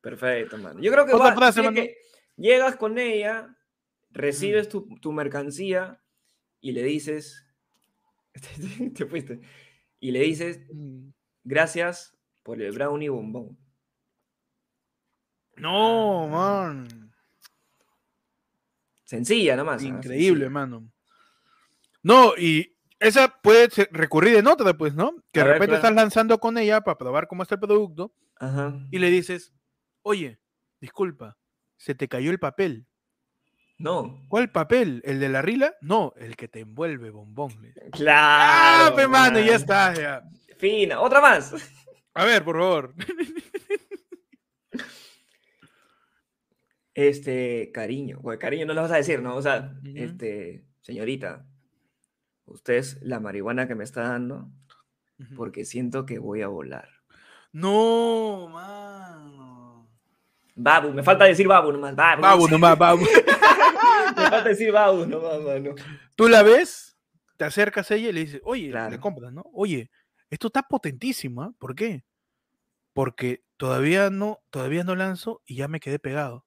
Perfecto, mano. Yo creo que, Otra va- frase, tiene mano. Mm. que llegas con ella, recibes tu, tu mercancía y le dices. te fuiste. Y le dices, Mm. gracias por el brownie bombón. No, man. Sencilla nomás. ¿ah? Increíble, Sencilla. mano. No, y esa puede ser- recurrir en otra, pues, ¿no? Que A de ver, repente claro. estás lanzando con ella para probar cómo está el producto Ajá. y le dices, oye, disculpa, se te cayó el papel. No. ¿Cuál papel? ¿El de la rila? No, el que te envuelve, bombón. le- Claro. Ah, pe, mano, ya man. está. ya. Fina. Otra más. A ver, por favor. Este, cariño. Bueno, cariño no lo vas a decir, ¿no? O sea, Ujú. este, señorita, usted es la marihuana que me está dando porque siento que voy a volar. No, mano. Babu, me falta decir babu nomás. Babu. Babu nomás, babu. Me falta decir babu nomás, mano. Tú la ves, te acercas a ella y le dices, oye, le Claro. compras, ¿no? Oye, esto está potentísimo, ¿ah? ¿Por qué? Porque todavía no, todavía no lanzo y ya me quedé pegado.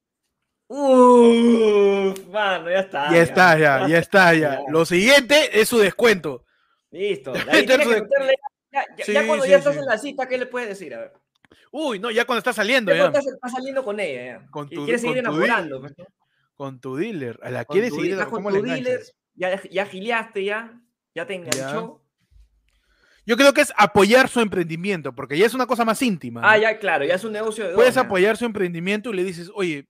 Uf, mano, Ah, ya está. ya está, ya, ya está, ya. Ya. Lo siguiente es su descuento. Listo. Ahí Entonces- tienes que meterle- Ya, ya- ya Sí, cuando sí, ya estás sí. en la cita, ¿qué le puedes decir? A ver. Uy, no, ya cuando está saliendo, Ya ya. cuando estás, estás saliendo con ella, ya. Con Y tu- quieres seguir con tu dealer, enamorando. pues, ¿no? Con tu dealer. A la Con quieres tu seguir, dealer, enamorando, con ¿cómo tu le dealer. enganchas? Ya, ya gileaste, ya. Ya te enganchó. Yo creo que es apoyar su emprendimiento, porque ya es una cosa más íntima. ¿no? Ah, ya, claro, ya es un negocio de dos, Puedes ya. apoyar su emprendimiento y le dices, oye,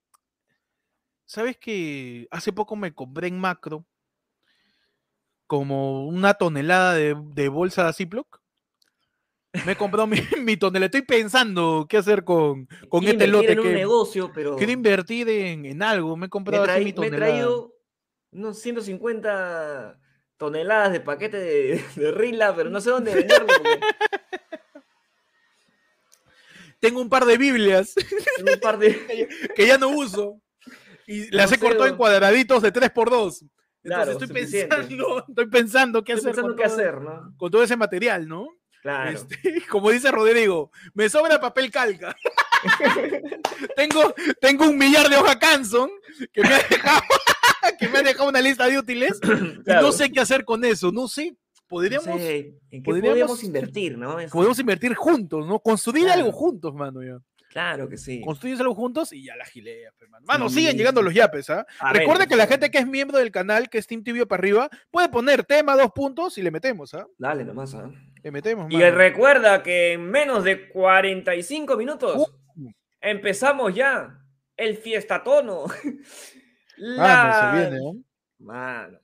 ¿sabes que hace poco me compré en macro como una tonelada de, de bolsa de Ziploc? Me he comprado mi, mi tonelada. Estoy pensando qué hacer con, con Quiero este invertir lote en un que negocio, pero quiero invertir en, en algo. Me he me, comprado así traí- mi me he tonelada. traído unos 150 toneladas de paquete de, de Rila, pero no sé dónde venderlo. porque Tengo un par de Biblias tengo un par de... que ya no uso y las he No sé, cortado en o- cuadraditos de 3x2. Claro, Entonces estoy, suficiente. pensando, estoy pensando qué Estoy hacer, pensando con qué todo- hacer, ¿no? con todo ese material, ¿no? Claro. Este, como dice Rodrigo, me sobra papel calca. tengo, tengo un millar de hojas Canson que me ha dejado, que me ha dejado una lista de útiles. y Claro. no sé qué hacer con eso, no sé. No Podríamos, sé, ¿en qué podríamos- podríamos invertir, no? Es- podemos invertir juntos, ¿no? Construir Claro. algo juntos, mano. Ya. Claro que sí. Construyes algo juntos y ya la gilea, pe, mano. Mano, Sí. siguen llegando los yapes, ¿ah? A ver, Recuerda que la pues, gente que es miembro del canal, que es Team Tibio para arriba, puede poner tema, dos puntos y le metemos, ¿ah? Dale nomás, ¿ah? Le metemos, Y mano. recuerda que en menos de 45 minutos Uh. empezamos ya el fiestatono. Mano, se viene, ¿ah? Mano.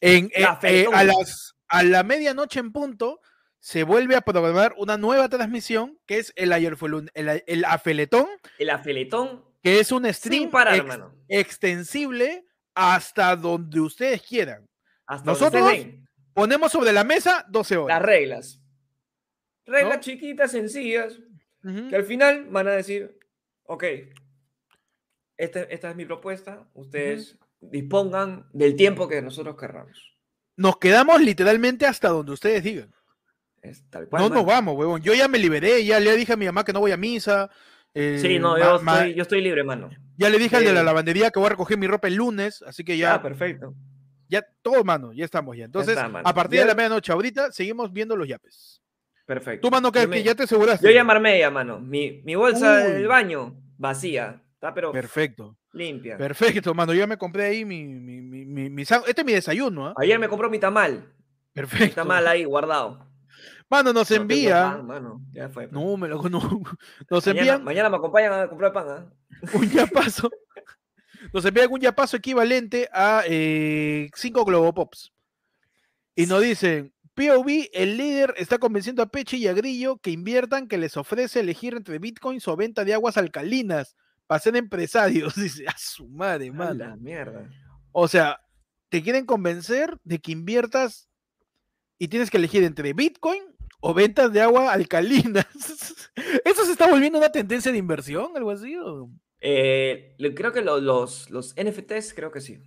En, La eh, eh, a, Feltona. las, a la medianoche en punto se vuelve a programar una nueva transmisión que es el, Ayerfolun- el, a- el Afeletón, El afiletón que es un sin stream parar, ex- mano. extensible hasta donde ustedes quieran. Hasta Nosotros- donde ustedes ven, Ponemos sobre la mesa 12 horas. las reglas. Reglas ¿No? chiquitas, sencillas, Ujú. que al final van a decir, ok, esta, esta es mi propuesta, ustedes dispongan del tiempo que nosotros querramos. Nos quedamos literalmente hasta donde ustedes digan. Es tal cual. No mano. nos vamos, huevón. Yo ya me liberé, ya le dije a mi mamá que no voy a misa. eh, Sí, no, ma- yo, ma- estoy, eh yo estoy libre, mano. Ya le dije al de la Sí. lavandería que voy a recoger mi ropa el lunes, así que Ya, ya, Ah, perfecto. ya todo, mano, ya estamos ya. Entonces, está, mano. a partir Ya- de la medianoche ahorita, seguimos viendo los yapes. Perfecto. Tú, mano, que Yo me- ya te aseguraste. Yo ya armé ya, mano. Mi, mi bolsa Uy. del baño vacía, está pero Perfecto, limpia. perfecto, mano. Yo ya me compré ahí mi, mi, mi, mi- mi san- Este es mi desayuno, ¿ah? Ayer me compró mi tamal. Mi Perfecto. tamal ahí guardado. Mano, nos No tengo envía. pan, mano. Ya fue. pues. No, me lo no. Nos mañana, envían mañana me acompañan a comprar pan. ¿ah? un yapazo. Nos envían un yapazo equivalente a eh, cinco Globopops. Y nos dicen, POV, el líder está convenciendo a Peche y a Grillo que inviertan, que les ofrece elegir entre bitcoins o venta de aguas alcalinas para ser empresarios. Dice, a su madre, A mano. la mierda. O sea, te quieren convencer de que inviertas y tienes que elegir entre Bitcoin o ventas de agua alcalinas. ¿Eso se está volviendo una tendencia de inversión, algo así? o? Eh, le- creo que lo- los, los NFTs, creo que sí.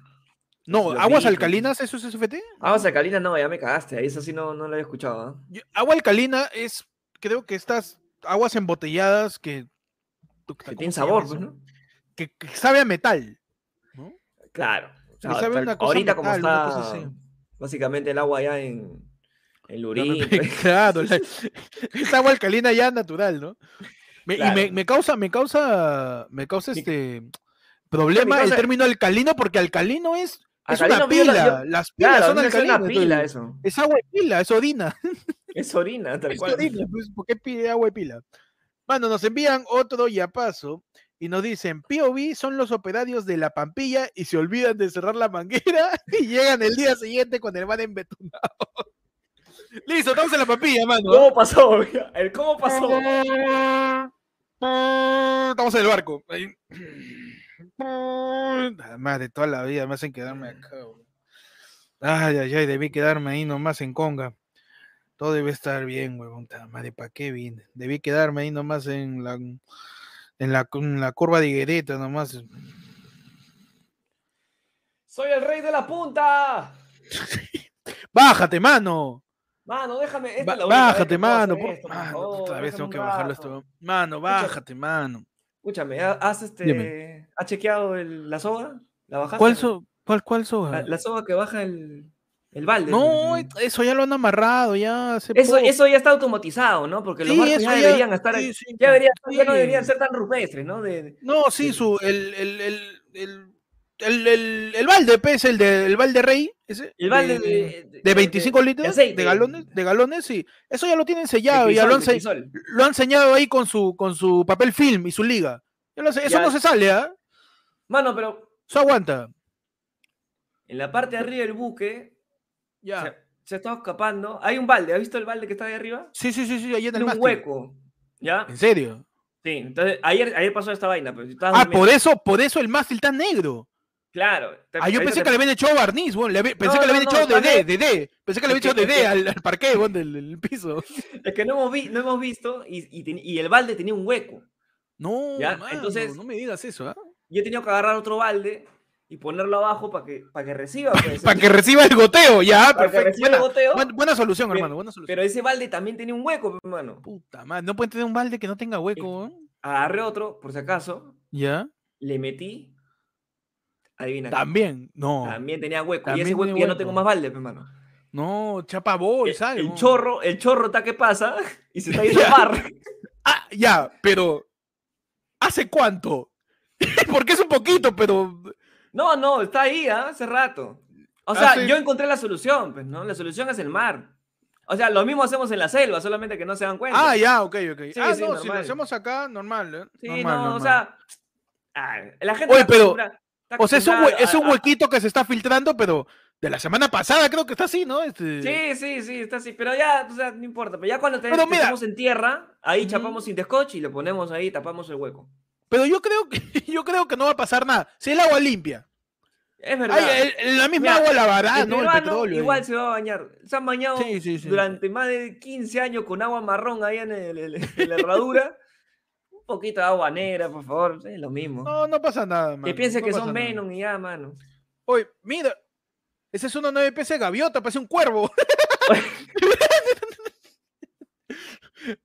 No, Los aguas Bitcoin. alcalinas, ¿eso es SFT? Ah, o sea, Kalina, no, ya me cagaste. Ahí eso sí no, no lo había escuchado. ¿ah? Yo- agua alcalina es, creo que estas aguas embotelladas que... puta, Que ¿cómo tiene se llama sabor, eso? pues, ¿no? Que, que sabe a metal. Claro. O sea, sabe tal- una cosa ahorita como metal, una está cosa así. básicamente el agua ya en, en Lurín, pues, claro, la- es agua alcalina ya natural, ¿no? Me- Y me, Claro. me causa, me causa, me causa Mi- este problema causa- el término alcalino, porque alcalino es, es una Alcalino, yo pila, la- yo- las pilas Claro, son no es una alcalinas. pila entonces, eso. es agua de pila, es orina. Es orina, tal Es cual. orina, pues, ¿por qué pide agua de pila? Bueno, nos envían otro yapazo y nos dicen, POV son los operarios de la pampilla y se olvidan de cerrar la manguera y llegan el día siguiente con el van embetunado. Listo, estamos en la pampilla, mano. ¿ah? ¿Cómo pasó? El cómo pasó. Estamos en el barco. Ahí. La Madre, toda la vida me hacen quedarme acá. weón. Ay, ay, ay, debí quedarme ahí nomás en Conga. Todo debe estar bien, huevón. puta Madre, ¿para qué vine? Debí quedarme ahí nomás en la, en la, en la curva de Higuereta, nomás. Soy el rey de la punta. ¡Bájate, mano! Mano, déjame. Esta Ba- es la única vez que bájate, puedo hacer mano. por- esto, por mano, favor, otra vez déjame tengo un que bajarlo rato. esto. Mano, bájate, mano. Escúchame, ¿ha- ¿has este, Dime. ¿has chequeado el- la soga? ¿La bajaste? ¿Cuál, so, cuál, cuál soga? La, la soga que baja el, el balde. No, pues, et- eso ya lo han amarrado, ya hace Eso, poco. eso ya está automatizado, ¿no? Porque los Sí, barcos eso ya ya- deberían estar. sí, sí, ya, deberían- ya no sí. deberían ser tan rupestres, ¿no? De, de- No, sí, Sí. su, el, el, el, el, el, el, el balde, pues, el, de, el balde rey, ese, el balde de, de, de- de 25 litros, de, aceite. galones, de galones, sí, eso ya lo tienen de sellado, ya crisol, lo han, de se- crisol. lo han sellado ahí con su, con su papel film y su liga, Ya lo sé, eso Ya. no se sale, ¿ah? Mano, pero Eso aguanta, en la parte de arriba del buque ya, se, se está escapando. Hay un balde, ¿has visto el balde que está ahí arriba? sí, sí, sí, sí, ahí en el Tiene un mástil. hueco. ¿Ya? ¿En serio? Sí, entonces ayer, ayer pasó esta vaina, pero si estabas Ah, durmiendo- por eso, por eso el mástil está negro. Claro. te- Ah, yo ahorita pensé te- que le habían echado barniz, weón, le había- pensé No, que le no, habían no, echado está DD, ne- DD. Pensé que le Es habían echado que- es DD que- al, al parqué, weón, del, del piso. Es que no hemos, vi- no hemos visto y, y ten- y el balde tenía un hueco. No, Ya, mano, entonces- no me digas eso, ¿ah? Yo he tenido que agarrar otro balde y ponerlo abajo para que, para que reciba. pues, Para el- que reciba el goteo, ya, para que perfecto. reciba el buena, goteo, buen- buena solución, Pero- hermano, buena solución. Pero ese balde también tenía un hueco, hermano. Puta madre, no pueden tener un balde que no tenga hueco, ¿eh? Agarré otro, por si acaso, Ya. le metí. Adivina. qué, También, no. también tenía hueco. y ese También hueco tiene ya no tengo hueco. más balde, pues, hermano. No, chapa bolsa. el, el chorro, el chorro está que pasa y se está yendo Ya. al mar. Ah, ya, pero. ¿Hace cuánto? Porque es un poquito, pero. No, no, está ahí, ¿ah? hace rato. O sea, Hace- yo encontré la solución, pues, ¿no? La solución es el mar. O sea, lo mismo hacemos en la selva, solamente que no se dan cuenta. Ah, ya, ok, ok. Sí, ah, sí, no, si lo normal. hacemos acá, normal, ¿eh? Sí, normal, no, o normal. sea, ah, la gente Oye, está pero- acostumbra- está O sea, es un, hue- acostumbrada es un a- a- huequito que se está filtrando, pero de la semana pasada creo que está así, ¿no? Este... Sí, sí, sí, está así, pero ya, o sea, no importa, pero ya cuando te- Pero te mira- estamos en tierra, ahí Ujú. chapamos sin y le ponemos ahí, tapamos el hueco. Pero yo creo que yo creo que no va a pasar nada. Si el agua limpia. Es verdad. Ay, el- la misma Mira, agua lavará, El Ah, ¿no? El peruano petróleo. igual ahí. se va a bañar. Se han bañado Sí, sí, sí. durante más de 15 años con agua marrón ahí en, el- el- en la herradura. Un poquito de agua negra, por favor. Es lo mismo. No, no pasa nada, que mano, piense no que pasa son nada. Venom y ya, mano. Oye, mira. Ese es una 9 PC gaviota, parece un cuervo.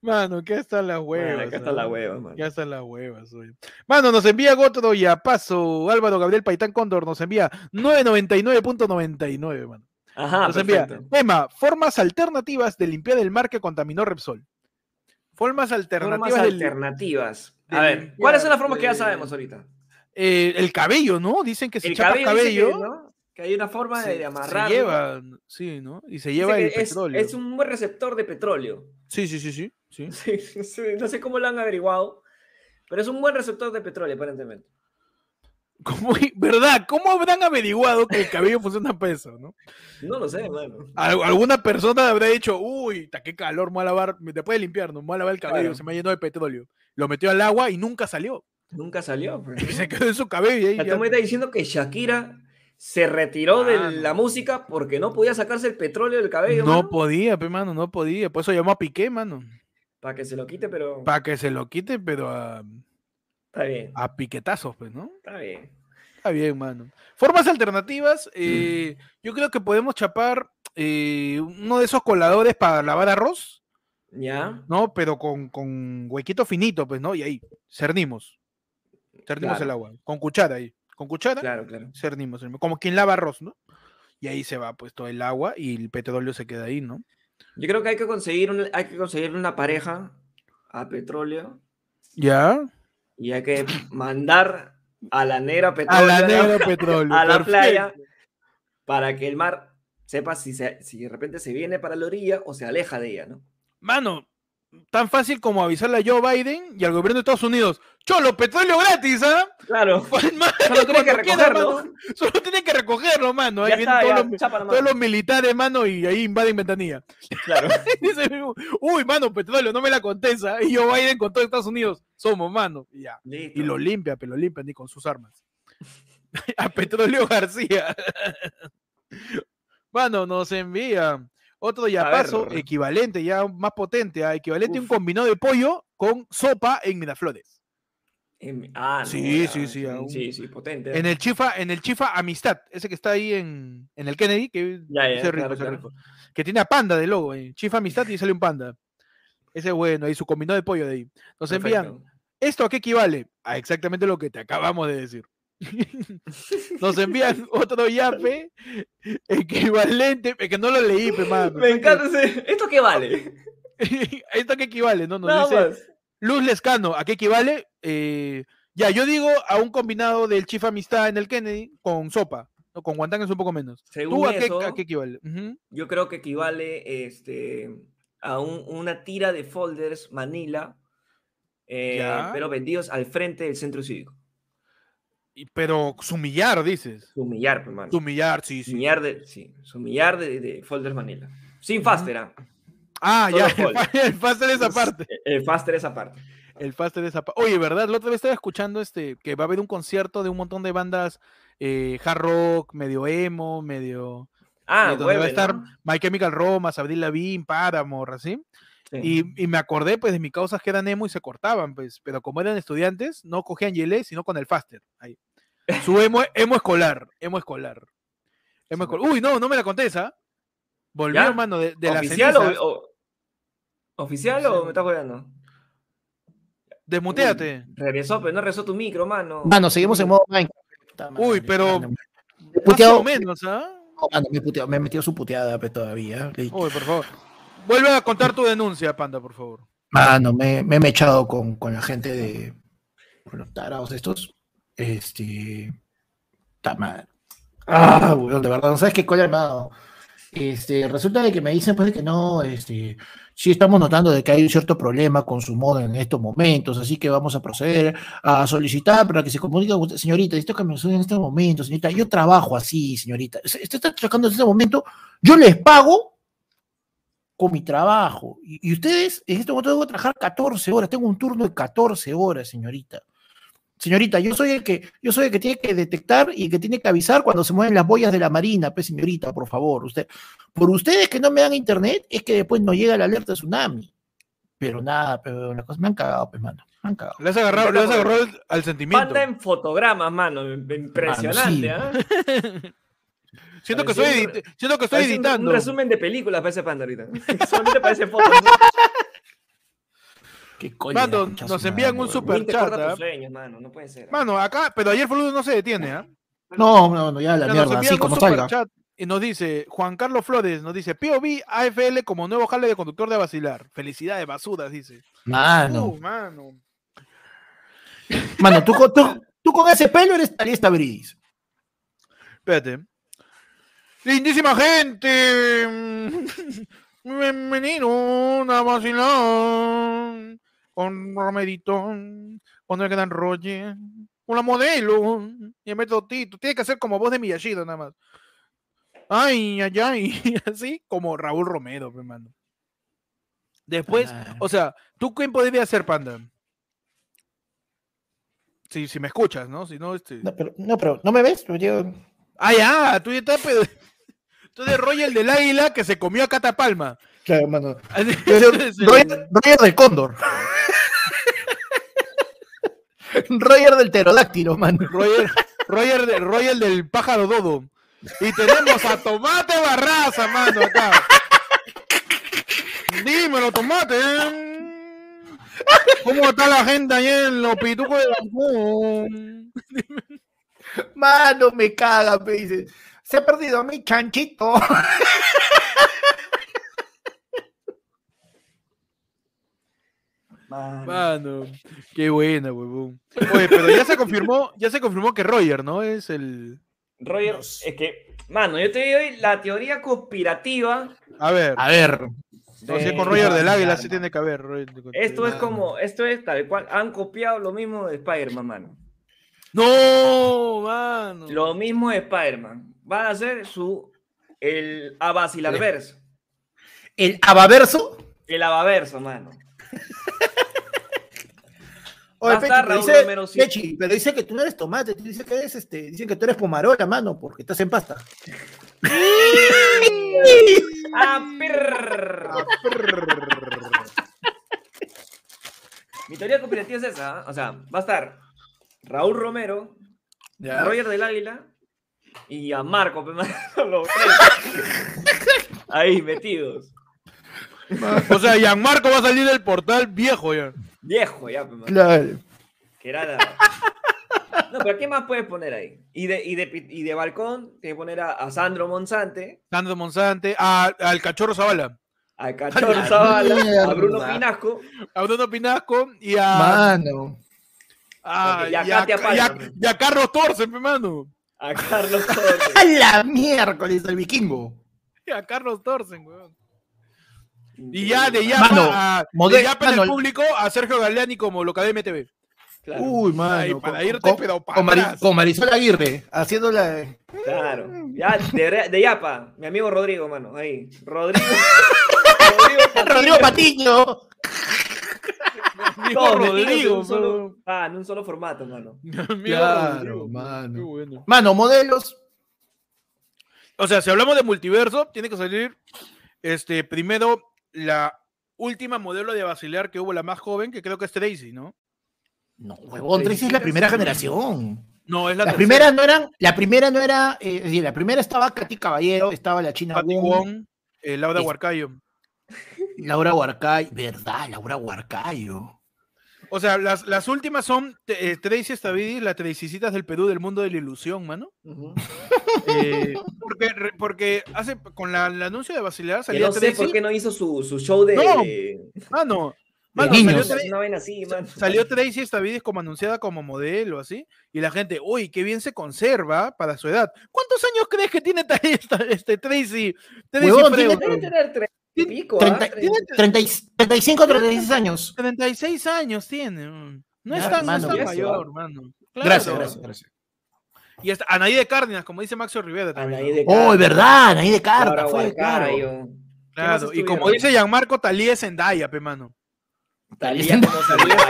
Mano, que hasta las huevas. Bueno, acá está ¿no? la hueva, mano. Ya están las huevas, oye. Mano, nos envía Gotro y a paso. Álvaro Gabriel Paitán Cóndor nos envía 999.99, mano. Ajá, Nos envía Ah, perfecto. tema, formas alternativas de limpiar el mar que contaminó Repsol. Formas alternativas Formas de lim- alternativas. de A ver, limpiar, ¿cuáles son las formas que ya eh, sabemos ahorita? eh, el cabello, ¿no? Dicen que si El chapas cabello, cabello, dice que, ¿no? que hay una forma se, de, de amarrar. se lleva, sí, ¿no? Y se Dice lleva que el es, petróleo. es un buen receptor de petróleo. Sí, sí, sí, sí. sí. Sí, sí, no sé cómo lo han averiguado, pero es un buen receptor de petróleo, aparentemente. ¿Cómo- ¿Verdad? ¿Cómo habrán averiguado que el cabello funciona para eso, no? No lo sé, mano. Al- alguna persona habrá dicho, uy, ta, qué calor, me voy a lavar, me- después de limpiar, no me voy a lavar el cabello, Claro. se me llenó de petróleo. Lo metió al agua y nunca salió. Nunca salió. pues, Y ¿no? se quedó en su cabello. Y ahí O sea, ya- tú me estás diciendo que Shakira se retiró Mano. de la música porque no podía sacarse el petróleo del cabello. no podía, pe, mano, no podía. Por eso llamó a Piqué, mano. Para que se lo quite, pero. Para que se lo quite, pero a, Está bien, a piquetazos, pues, ¿no? está bien. Está bien, mano. Formas alternativas. eh, Yo creo que podemos chapar eh, uno de esos coladores para lavar arroz, Ya. ¿no? Pero con, con huequito finito, pues, ¿no? Y ahí, cernimos. Cernimos Claro. el agua. Con cuchara ahí. Con cuchara, Claro, claro. cernimos. cernimos, Como quien lava arroz, ¿no? Y ahí se va, pues, todo el agua y el petróleo se queda ahí, ¿no? Yo creo que hay que conseguir, un- hay que conseguir una pareja a petróleo Ya. y hay que mandar a la negra A petróleo la negra petróleo. a la perfecto. playa para que el mar sepa si, se- si de repente se viene para la orilla o se aleja de ella, ¿no? Mano, tan fácil como avisarle a Joe Biden y al gobierno de Estados Unidos. Cholo, petróleo gratis, ¿ah? Claro, Mano, solo tiene que cuando quiera, recogerlo. mano. Solo tiene que recogerlo, mano. Ahí Ya vienen está, todos, ya, los, chapa la todos mano. los militares, mano, y ahí invaden ventanilla. Claro. Dice, Uy, mano, petróleo, no me la contesa. Y yo Biden con todo Estados Unidos. Somos, mano. Y ya. Y Listo. lo limpia, pero lo limpian y con sus armas. A Petróleo García. Mano, nos envía otro ya A ver. paso equivalente, ya más potente, a equivalente a un Uf. combinado de pollo con sopa en Miraflores. En- Ah, no, Sí, ya, sí, sí, aún. Sí, sí, potente. En el chifa, en el chifa amistad, ese que está ahí en, en el Kennedy, que, Ya, ya, ese rico, claro, ese claro. rico. que tiene a panda de logo, ahí. chifa amistad y sale un panda. Ese es bueno, ahí su combinado de pollo de ahí. Nos envían Perfecto. ¿Esto a qué equivale? A exactamente lo que te acabamos de decir. Nos envían otro yape equivalente, es que no lo leí, pe, mano, Me está encanta ese. ¿Esto qué vale? que- ¿Esto a qué equivale? No, nos Nada dice más. Luz Lescano, ¿a qué equivale? Eh, ya, yo digo a un combinado del Chifa Amistad en el Kennedy con sopa, ¿no? con guantán es un poco menos. ¿Tú Según a qué, eso, a qué equivale? Ujú. yo creo que equivale este, a un- una tira de folders Manila, eh, Ya. pero vendidos al frente del centro cívico. Y- Pero sumillar, dices. Humillar, hermano. Sumillar, sí, sí. Sumillar de, sí, sumillar de, de Folders Manila. Sin Faster, ¿ah? Ah, ya, Solo Pues, eh. el, fa- el faster de esa parte. El Faster esa parte. El faster de Zapata. Oye, ¿verdad? La otra vez estaba escuchando este que va a haber un concierto de un montón de bandas eh, hard rock, medio emo, medio. eh, Ah, donde va vuelve, a estar ¿no? My Chemical Romance, Abril Lavigne, Paramore, así. Sí. Y, y me acordé, pues, de mis causas que eran emo y se cortaban, pues. Pero como eran estudiantes, no cogían Yele, sino con el faster. Ahí. Su emo, emo escolar, emo escolar. Emo escolar. Uy, no, no me la contesa. Volvió, ¿Ya? hermano, de, de las ¿Oficial o, cenizas. o- ¿Oficial No sé, o me estás jugando? Desmuteate. Regresó, pero no regresó tu micro, mano. Mano, seguimos en modo Minecraft. Puta madre, Uy, pero- mano, Más puteado- o menos, ¿ah? mano, me, puteó- me metió su puteada pues, todavía. Le- Uy, por favor. Vuelve a contar tu denuncia, Panda, por favor. Mano, Ah, me, me he mechado con, con la gente de con los tarados estos. Este. Está mal. Ah, weón, de verdad, no sabes qué cola armado. Este, resulta de que me dicen pues que no, este, sí estamos notando de que hay un cierto problema con su modo en estos momentos, así que vamos a proceder a solicitar para que se comunique con usted, señorita, esto que me sucede en este momento, señorita, yo trabajo así, señorita, usted está chocando en este momento, yo les pago con mi trabajo. Y, y ustedes, en este momento debo trabajar 14 horas, tengo un turno de 14 horas, señorita. Señorita, yo soy el que, yo soy el que tiene que detectar y que tiene que avisar cuando se mueven las boyas de la marina, pues señorita, por favor, usted, por ustedes que no me dan internet, es que después no llega la alerta de tsunami. Pero nada, pero las cosas me han cagado, pues, mano. Me han cagado. Le has agarrado, le has agarrado al- al sentimiento. Panda en fotogramas, mano. Impresionante, Mano, ¿ah? Siento que, estoy Parecía un- edit- siento que estoy Parece un- editando. Un resumen de películas parece Panda ahorita. Solamente parece fotos. Qué cólera, Mano, concha nos su envían un madre, weón. super- Ni te corta chata. tus sueños, mano. No puede ser. ¿ah? Mano, acá, pero ayer Fludo no se detiene, ¿ah? No, no, no, ya Ya la nos mierda, así envían un como salga. superchat y nos dice Juan Carlos Flores, nos dice POV AFL como nuevo jale de conductor de vacilar. Felicidades, basudas, dice. Mano, Uh, mano. mano, tú, con- tú, tú con ese pelo eres talista bris. Espérate. Lindísima gente. Mm. Bienvenido a vacilar. Con Romerito, con el gran Roger, con la modelo y el método Tito. Tiene que hacer como voz de Miyashita nada más. Ay, ay, ay. Así como Raúl Romero, pe, mano. Después, Ah. o sea, ¿tú qué podrías hacer, Panda? Si, si me escuchas, ¿no? Si no, este. No, pero no, pero, ¿no me ves? Yo digo, Ah, ya, tú ya estás, pero- Tú de Royal del Águila que se comió a Catapalma. claro, mano. Así- Yo digo, Sí. Roger, Roger del Cóndor. Roger del pterodáctilo, mano. Royal, Royal, de- Royal del pájaro dodo. Y tenemos a Tomate Barraza, mano, acá. Dímelo, Tomate. ¿Cómo está la gente ahí en los pitucos de Cancún? Mano, me caga, me dice. Se ha perdido mi chanchito. Mano. Mano, qué buena, huevón. Oye, pero ya se confirmó, ya se confirmó que Roger, ¿no? Es el. Roger, es que, mano, yo te doy la teoría conspirativa. A ver. A ver. No, si es de- con Roger del Águila Claro. sí tiene que haber. Roger del- Ah, Esto es Ah. como, esto es tal cual, han copiado lo mismo de Spider-Man, mano. No, mano. Lo mismo de Spider-Man. Van a hacer su, el Abacilarverso. El abaverso. El Abaverso, mano. Oye, Va a Pechi, estar pero Raúl dice, Romero, sí. Pechi, pero dice que tú no eres tomate, tú dices que eres este, dicen que tú eres pomarola, mano, porque estás en pasta. Ah, perr. Mi teoría conspirativa es esa. ¿ah? O sea, va a estar Raúl Romero, Roger del Águila y a Marco, pe, mano, los tres. Ahí metidos. O sea, Gianmarco va a salir del portal viejo ya. Viejo ya, pe, mano. Claro. Que era la... No, pero ¿qué más puedes poner ahí? Y de, y de, pi- y de balcón, tienes que poner a, a Sandro Monsante, Sandro Monsante, a- al cachorro Zavala, a Cachorro la Zavala, a Bruno mierda. Pinasco. a Bruno Pinasco y Ah. a. Mano. a- Y a y a- Katia Palma, y a- pe. y a Carlos Torce, mi mano. A Carlos Torres. A la miércoles el vikingo. Y a Carlos Torce, weón. Y ya de ya Mano, a, de model- ya para el mano. público a Sergio Galeani como local de MTV. Claro, Uy, Ay, mano. para con- irte, con- pero para con, Mari- atrás. con Marisol Aguirre, haciendo la. claro. Ya de, re- de Yapa, mi amigo Rodrigo, mano. Ahí. Rodrigo. Rodrigo Ah, Patiño. Rodrigo Patiño. Mi Todos amigo metidos en Rodrigo, un solo, weón. ah, en un solo formato, mano. Mi amigo Claro, Rodrigo, mano. qué bueno. Mano, modelos. O sea, si hablamos de multiverso, tiene que salir este primero la última modelo de vacilar que hubo, la más joven, que creo que es Tracy, ¿no? No, huevón, Tracy es la primera generación. No, es la, La tercera. primera no eran, la primera no era, eh, es decir, la primera estaba Katy Caballero, estaba la China Patty Wong, Wong, eh, Laura Es- Huarcayo. Laura Huarcayo, verdad, Laura Huarcayo. O sea, las, las últimas son eh, Tracy Estavidis, las Tracycitas del Perú del mundo de la ilusión, mano. Ujú. Eh, porque, re- porque hace con la, el anuncio de vacilar Que salía no sé Tracy. por qué no hizo su, su show de. No, de- Mano, mano, niños. salió Tra- Una vaina así, mano. Salió Tracy Stavidis como anunciada como modelo, así, y la gente, uy, qué bien se conserva para su edad. ¿Cuántos años crees que tiene ta- esta- este Tracy? Tracy Huevón, Freud, tiene- Debe weón. tener tres y pico, ¿ah? 30, Tres- tiene 30 y- 35, 36 años. 36 años tiene. mm. No es Ya, tan, no es mano, tan ya se va. mayor, hermano. Gracias, gracias, gracias. Y hasta Anaí de Cárdenas, como dice Maxio Rivera también. Anaí ¿no? de Oh, Car- es verdad, ahí de carta, Laura fue, claro. Huarcayo. ¿Qué más Claro, y como estuvieron? dice Gianmarco, Talía es Zendaya, pe mano. Talía como Zendaya.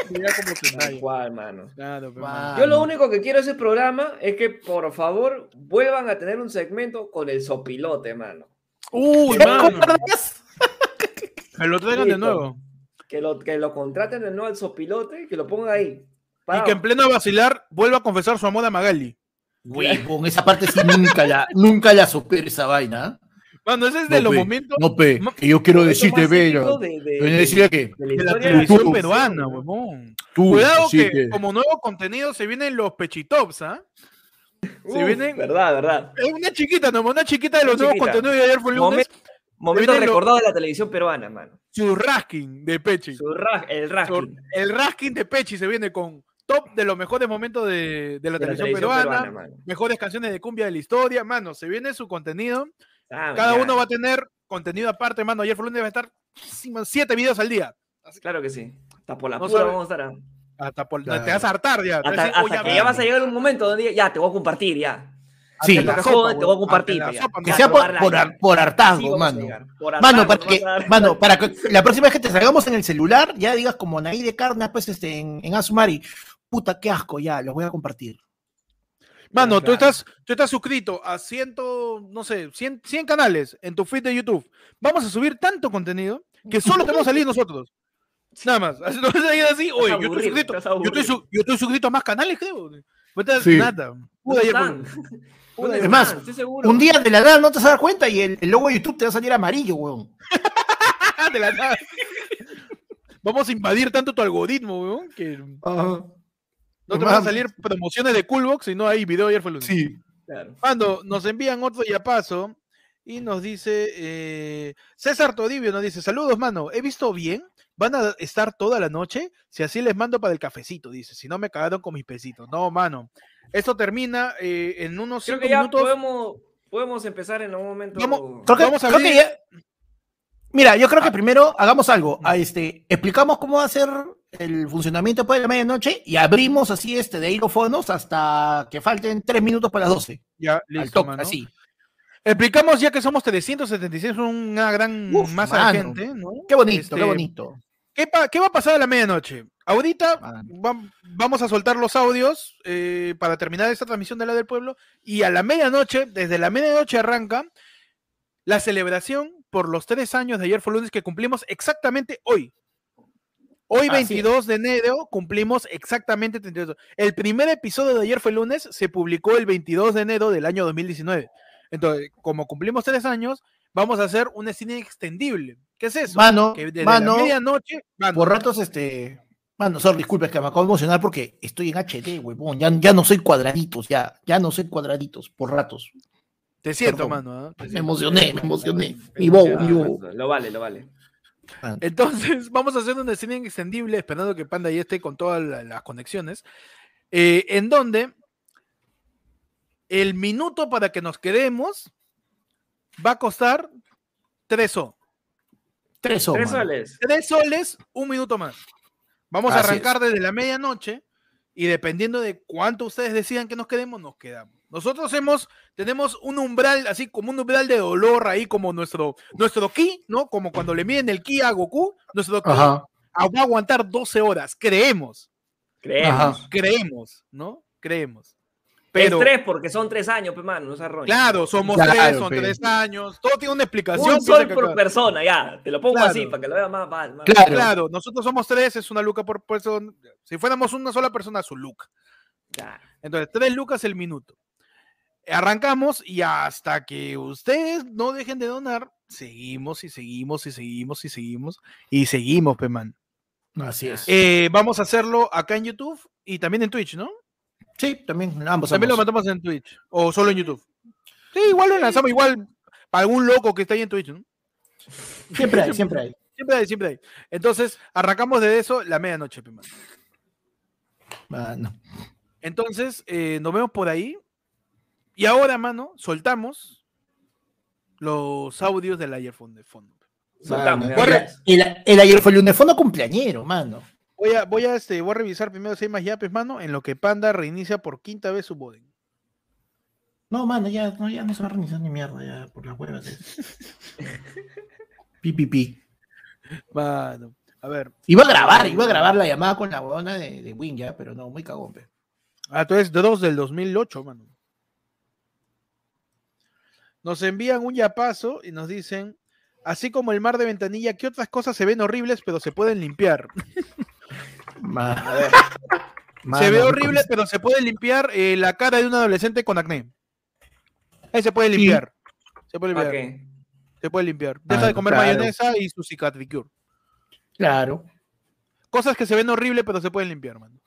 actividad como que Tal nadie. cual, mano. Claro, pero, Wow. Yo lo único que quiero de ese programa es que, por favor, vuelvan a tener un segmento con el sopilote, mano. Uy, mano, me lo traigan de Listo. nuevo. Que lo, que lo contraten de nuevo al sopilote, que lo pongan ahí. Y que en pleno vacilar vuelva a confesar su amor a Magali. Güey, con esa parte sí nunca la, nunca la supero esa vaina. ¿ah? Mano, ese es de No, los pe, momentos No, pe, Ma- que yo quiero Momento decirte, más Vero. épico de- de- Yo de- decía que de de la la historia televisión tú, peruana, huevón. tú, Cuidado sí que, que- como nuevo contenido se vienen los pechitops, ¿ah? Uf, Se vienen- Verdad, verdad. Es una chiquita, nomás una chiquita de los Una nuevos chiquita. contenidos de ayer fue lunes. Momento, momento vienen lo- recordado de la televisión peruana, mano. Su rasking de Pechi. Su ra- el Su- rasking el rasking de Pechi se viene con top de los mejores momentos de, de la de la televisión peruana, mejores canciones de cumbia de la historia, mano, se viene su contenido, Ah, cada ya. uno va a tener contenido aparte, mano, ayer fue lunes va a estar encima siete videos al día, Claro que sí. Hasta por la No pura sabe- vamos a estar. ah. hasta por, Claro. te vas a hartar ya, te vas Hasta, a decir, "Oh, hasta que vi". ya vas a llegar un momento donde diga, ya, te voy a compartir, ya. Sí, Hasta la sopa, joda, te huevón, voy a compartir, hasta la ya. sopa, que Ya, mano. sea no por, darla por, ya. ar- por Así hartazgo, vamos a mano. llegar. Por Mano, hartarnos para vas que, a dar- mano, para que la próxima vez que te salgamos en el celular, ya digas como Naí de Carna, pues este, en, en Asumari, puta, qué asco, ya, los voy a compartir. Mano, tú, Claro. estás, tú estás suscrito a ciento, no sé, 100, 100 canales en tu feed de YouTube. Vamos a subir tanto contenido que solo te vamos a salir nosotros. Nada más. Así, No vas a ir así, oye, yo estoy aburrido, suscrito. estás Yo estoy, aburrido". su- yo estoy suscrito a más canales, creo. No te das Sí. nada. Pude ¿Dónde ayer están? por- ¿Dónde Es más, están? Estoy seguro. Un día de la nada no te vas a dar cuenta y el, el logo de YouTube te va a salir amarillo, weón. de la nada. ah, Vamos a invadir tanto tu algoritmo, weón, que no te van a Mames. salir promociones de Coolbox, sino ahí video ayer fue lunes. Sí. Claro. Mando, nos envían otro y a paso. Y nos dice eh, César Todivio, nos dice, saludos, mano, ¿he visto bien? ¿Van a estar toda la noche? Si así les mando para el cafecito, dice, si no me cagaron con mis pesitos. No, mano, esto termina eh, en unos Creo cinco que ya minutos. podemos, podemos empezar en algún momento. Vamos- Creo que, Vamos a creo que abrir- Ah. ya- Mira, yo creo que primero hagamos algo. Ah, este, explicamos cómo va a ser el funcionamiento después de la medianoche y abrimos así este de hilofonos hasta que falten tres minutos para las 12. Ya, al listo, toque, mano. así. Explicamos ya que somos 376, una gran Uf, masa de mano. gente, ¿no? Qué bonito, Este, qué bonito. ¿Qué, pa- qué va a pasar a la medianoche? Ahorita Mano. vam- vamos a soltar los audios eh, para terminar esta transmisión de la del pueblo y a la medianoche, desde la medianoche arranca la celebración por los tres años de ayer fue lunes que cumplimos exactamente hoy. Hoy Así es. 22 de enero cumplimos exactamente 32. El primer episodio de ayer fue lunes se publicó el 22 de enero del año 2019. Entonces, como cumplimos tres años, vamos a hacer una cine extendible. ¿Qué es eso? Mano, que desde mano, la medianoche, mano, por ratos, este. Mano, sorry, disculpa, es que me acabo de emocionar porque estoy en HD, huevón. Ya, ya no soy cuadraditos, ya. Ya no soy cuadraditos, por ratos. te siento, perdón. mano. ¿ah? Te Me siento. emocioné, me emocioné. Mi bobo, mi bobo. Ah, Lo vale, lo vale. Ah, Entonces, vamos a hacer una escena extendible, esperando que Panda ya esté con todas la- las conexiones, eh, en donde el minuto para que nos quedemos va a costar tres so. Tres soles. Tres soles. Tres soles, un minuto más. Vamos a Así arrancar desde la medianoche y dependiendo de cuánto ustedes decidan que nos quedemos, nos quedamos. Nosotros hemos, tenemos un umbral, así como un umbral de dolor ahí, como nuestro, nuestro ki, ¿no? Como cuando le miden el ki a Goku, nuestro ki Ajá. a- va a aguantar 12 horas, creemos, Creemos. Ajá. creemos, ¿no? Creemos. Pero... Pero, Es tres porque son tres años, pues, mano, no se arroñen. claro, somos Claro, tres, son pero- tres años, todo tiene una explicación. Un piensa sol que por acá- persona, ya. Te lo pongo Claro. así para que lo veas más mal. más- Claro. Claro, nosotros somos tres, es una luca por persona. Si fuéramos una sola persona, su luca. Claro. Entonces, tres lucas el minuto. Arrancamos y hasta que ustedes no dejen de donar, seguimos y seguimos y seguimos y seguimos y seguimos, Peman. Así es. Eh, vamos a hacerlo acá en YouTube y también en Twitch, ¿no? sí, también, ambos. También lo ambos. mandamos en Twitch o solo en YouTube. Sí, igual lo lanzamos, igual para algún loco que está ahí en Twitch, ¿no? Siempre hay, siempre hay. Siempre hay, siempre hay. Entonces, arrancamos de eso la medianoche, Peman. Mano. Entonces, eh, nos vemos por ahí. Y ahora, mano, soltamos los audios del ayer fue de fondo. Soltamos, Mano, ya. el- el, el ayer fue el lunes, fue un cumpleañero, mano. Voy a, voy a, este, voy a revisar primero si hay más yapes, mano, en lo que Panda reinicia por quinta vez su boding. No, mano, ya no, ya no se va a organizar ni mierda, ya por las huevas. Pi, pi, pi. Mano. A ver. Iba a grabar, iba a grabar la llamada con la huevona de, de Wing ya, pero no, muy cagón, pe. Ah, entonces, dos del 2008, mano. Nos envían un yapazo y nos dicen, así como el mar de ventanilla, ¿qué otras cosas se ven horribles pero se pueden limpiar? Ma- se Mano, ve no horrible, con- pero se puede limpiar eh, la cara de un adolescente con acné. Ahí se puede limpiar. Se puede limpiar. Ok. Se puede limpiar. Deja Ah, de comer claro. mayonesa y su cicatricure. Claro. Cosas que se ven horrible, pero se pueden limpiar, mano.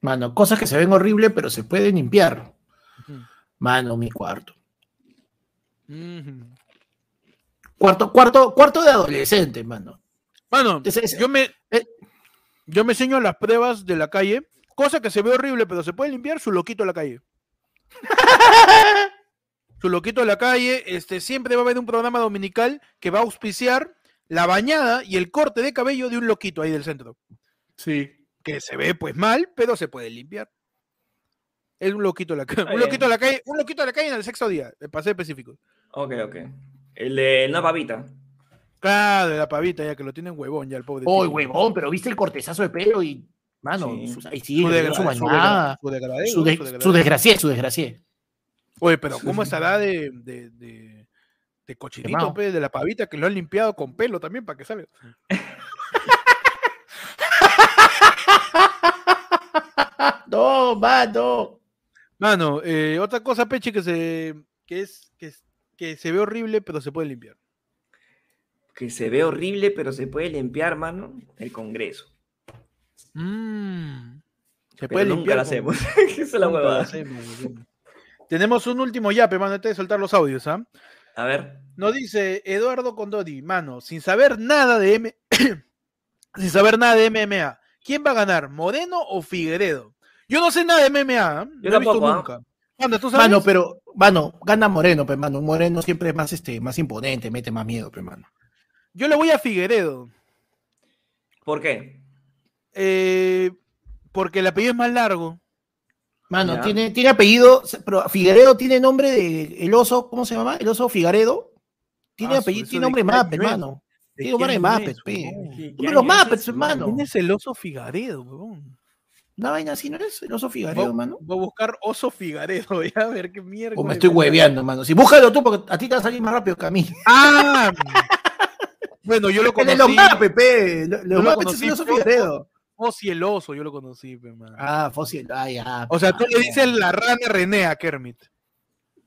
Mano, cosas que se ven horrible, pero se pueden limpiar. Ujú. Mano, mi cuarto. Ujú. Cuarto, cuarto, cuarto de adolescente, mano. Mano, Es ese. yo me, Eh. yo me enseño las pruebas de la calle. Cosa que se ve horrible, pero se puede limpiar, su loquito de la calle. su loquito de la calle, este, siempre va a haber un programa dominical que va a auspiciar la bañada y el corte de cabello de un loquito ahí del centro. Sí. que se ve pues mal, pero se puede limpiar. Es un loquito a la calle. Está Un loquito a bien. la calle, un loquito a la calle en el sexto día, el paseo específico. Ok, ok. El de la papita. Claro, de la pavita, ya que lo tienen huevón ya el pobre. Oy, tipo. huevón, pero viste el cortezazo de pelo y. Mano, Sí. su, ahí sí, Su, le desgra- dio su su bañada. desgra- su desgradeo, Su, ¿no? de- Su desgradeo. su desgracié, su desgracié. Oye, pero ¿cómo estará de, de, de, de cochinito, Quemado. pe, de la pavita que lo han limpiado con pelo también para que salga? No, mano. Mano, eh, otra cosa, Peche, que se, que, es, que, es- que se ve horrible, pero se puede limpiar. Que se ve horrible, pero se puede limpiar, mano. El Congreso. Mm. Se Mm. Pero nunca lo con- hacemos. Esa es la Nunca huevada. lo hacemos, huevón. Tenemos un último yape, mano, antes de soltar los audios, ¿ah? A ver. Nos dice Eduardo Condori, mano, sin saber nada de M sin saber nada de MMA, ¿quién va a ganar, Moreno o Figueredo? Yo no sé nada de MMA, ¿ah? no he visto tampoco, ¿ah? nunca. Mano, ¿tú sabes? Mano, pero, mano, gana Moreno, pero mano. Un Moreno siempre es más, este, más imponente, mete más miedo, pero mano. Yo le voy a Figueredo, ¿Por qué? eh, porque el apellido es más largo. Mano, Ya. tiene, tiene apellido, se- pero Figueredo tiene nombre de el oso, ¿cómo se llama? El oso Figaredo. Tiene Ah, su- apellido, eso tiene de nombre de quién Mapes, es. mano. ¿De Tiene nombre de quién Mapes, es, pe. huevón? ¿Qué- Hombre, qué los año es Muppets, ese, hermano. pues, ¿Quién es el oso Figueredo, huevón? Una vaina así, ¿no es? El oso Voy, Figaredo, mano. voy a buscar oso Figueredo, ya, a ver qué mierda. O me estoy hueveando, mano. Sí, búscalo tú, porque a ti te va a salir más rápido que a mí. Ah, bueno, yo lo El de conocí. los Mapes, pe. Los lo Mapes es conocí el oso por- Figaredo. Fossi el oso, yo lo conocí, pe, man. Ah, fósil. Ah, ya. O sea, tú le mano. dices la rana René a Kermit.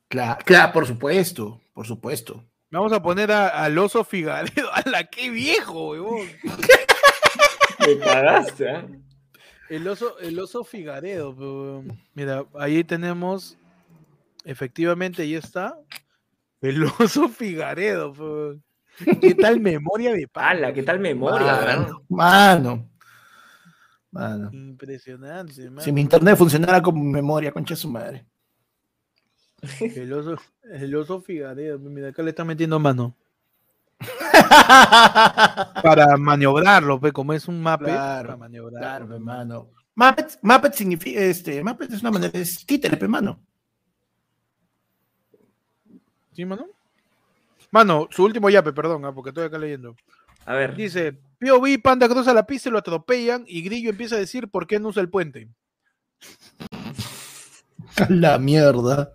Claro, claro, Ah, por supuesto, por supuesto. Vamos a poner a- al oso Figaredo. ¡A la qué viejo, huevón! Te cagaste, ¿ah? El oso, el oso Figaredo. pe, huevón. Mira, ahí tenemos. Efectivamente, ahí está. El oso Figaredo. pe, huevón. ¿Qué tal memoria de pala? Pala, ¿qué tal memoria? mano, weón? mano. Mano. Impresionante, man. Si mi internet funcionara como memoria, concha de su madre. El oso, el oso Figaredo. Mira, acá le está metiendo mano. Para maniobrarlo, pe, como es un mape. Claro, para maniobrar. Claro, pe, mano. Muppet, Muppet significa, este, Muppet es una manera, es títere, pe, mano. ¿Sí, mano? Mano, su último yape, perdón, ah, porque estoy acá leyendo. A ver. Dice, POV, Panda cruza la pista y lo atropellan y Grillo empieza a decir por qué no usa el puente. A La mierda.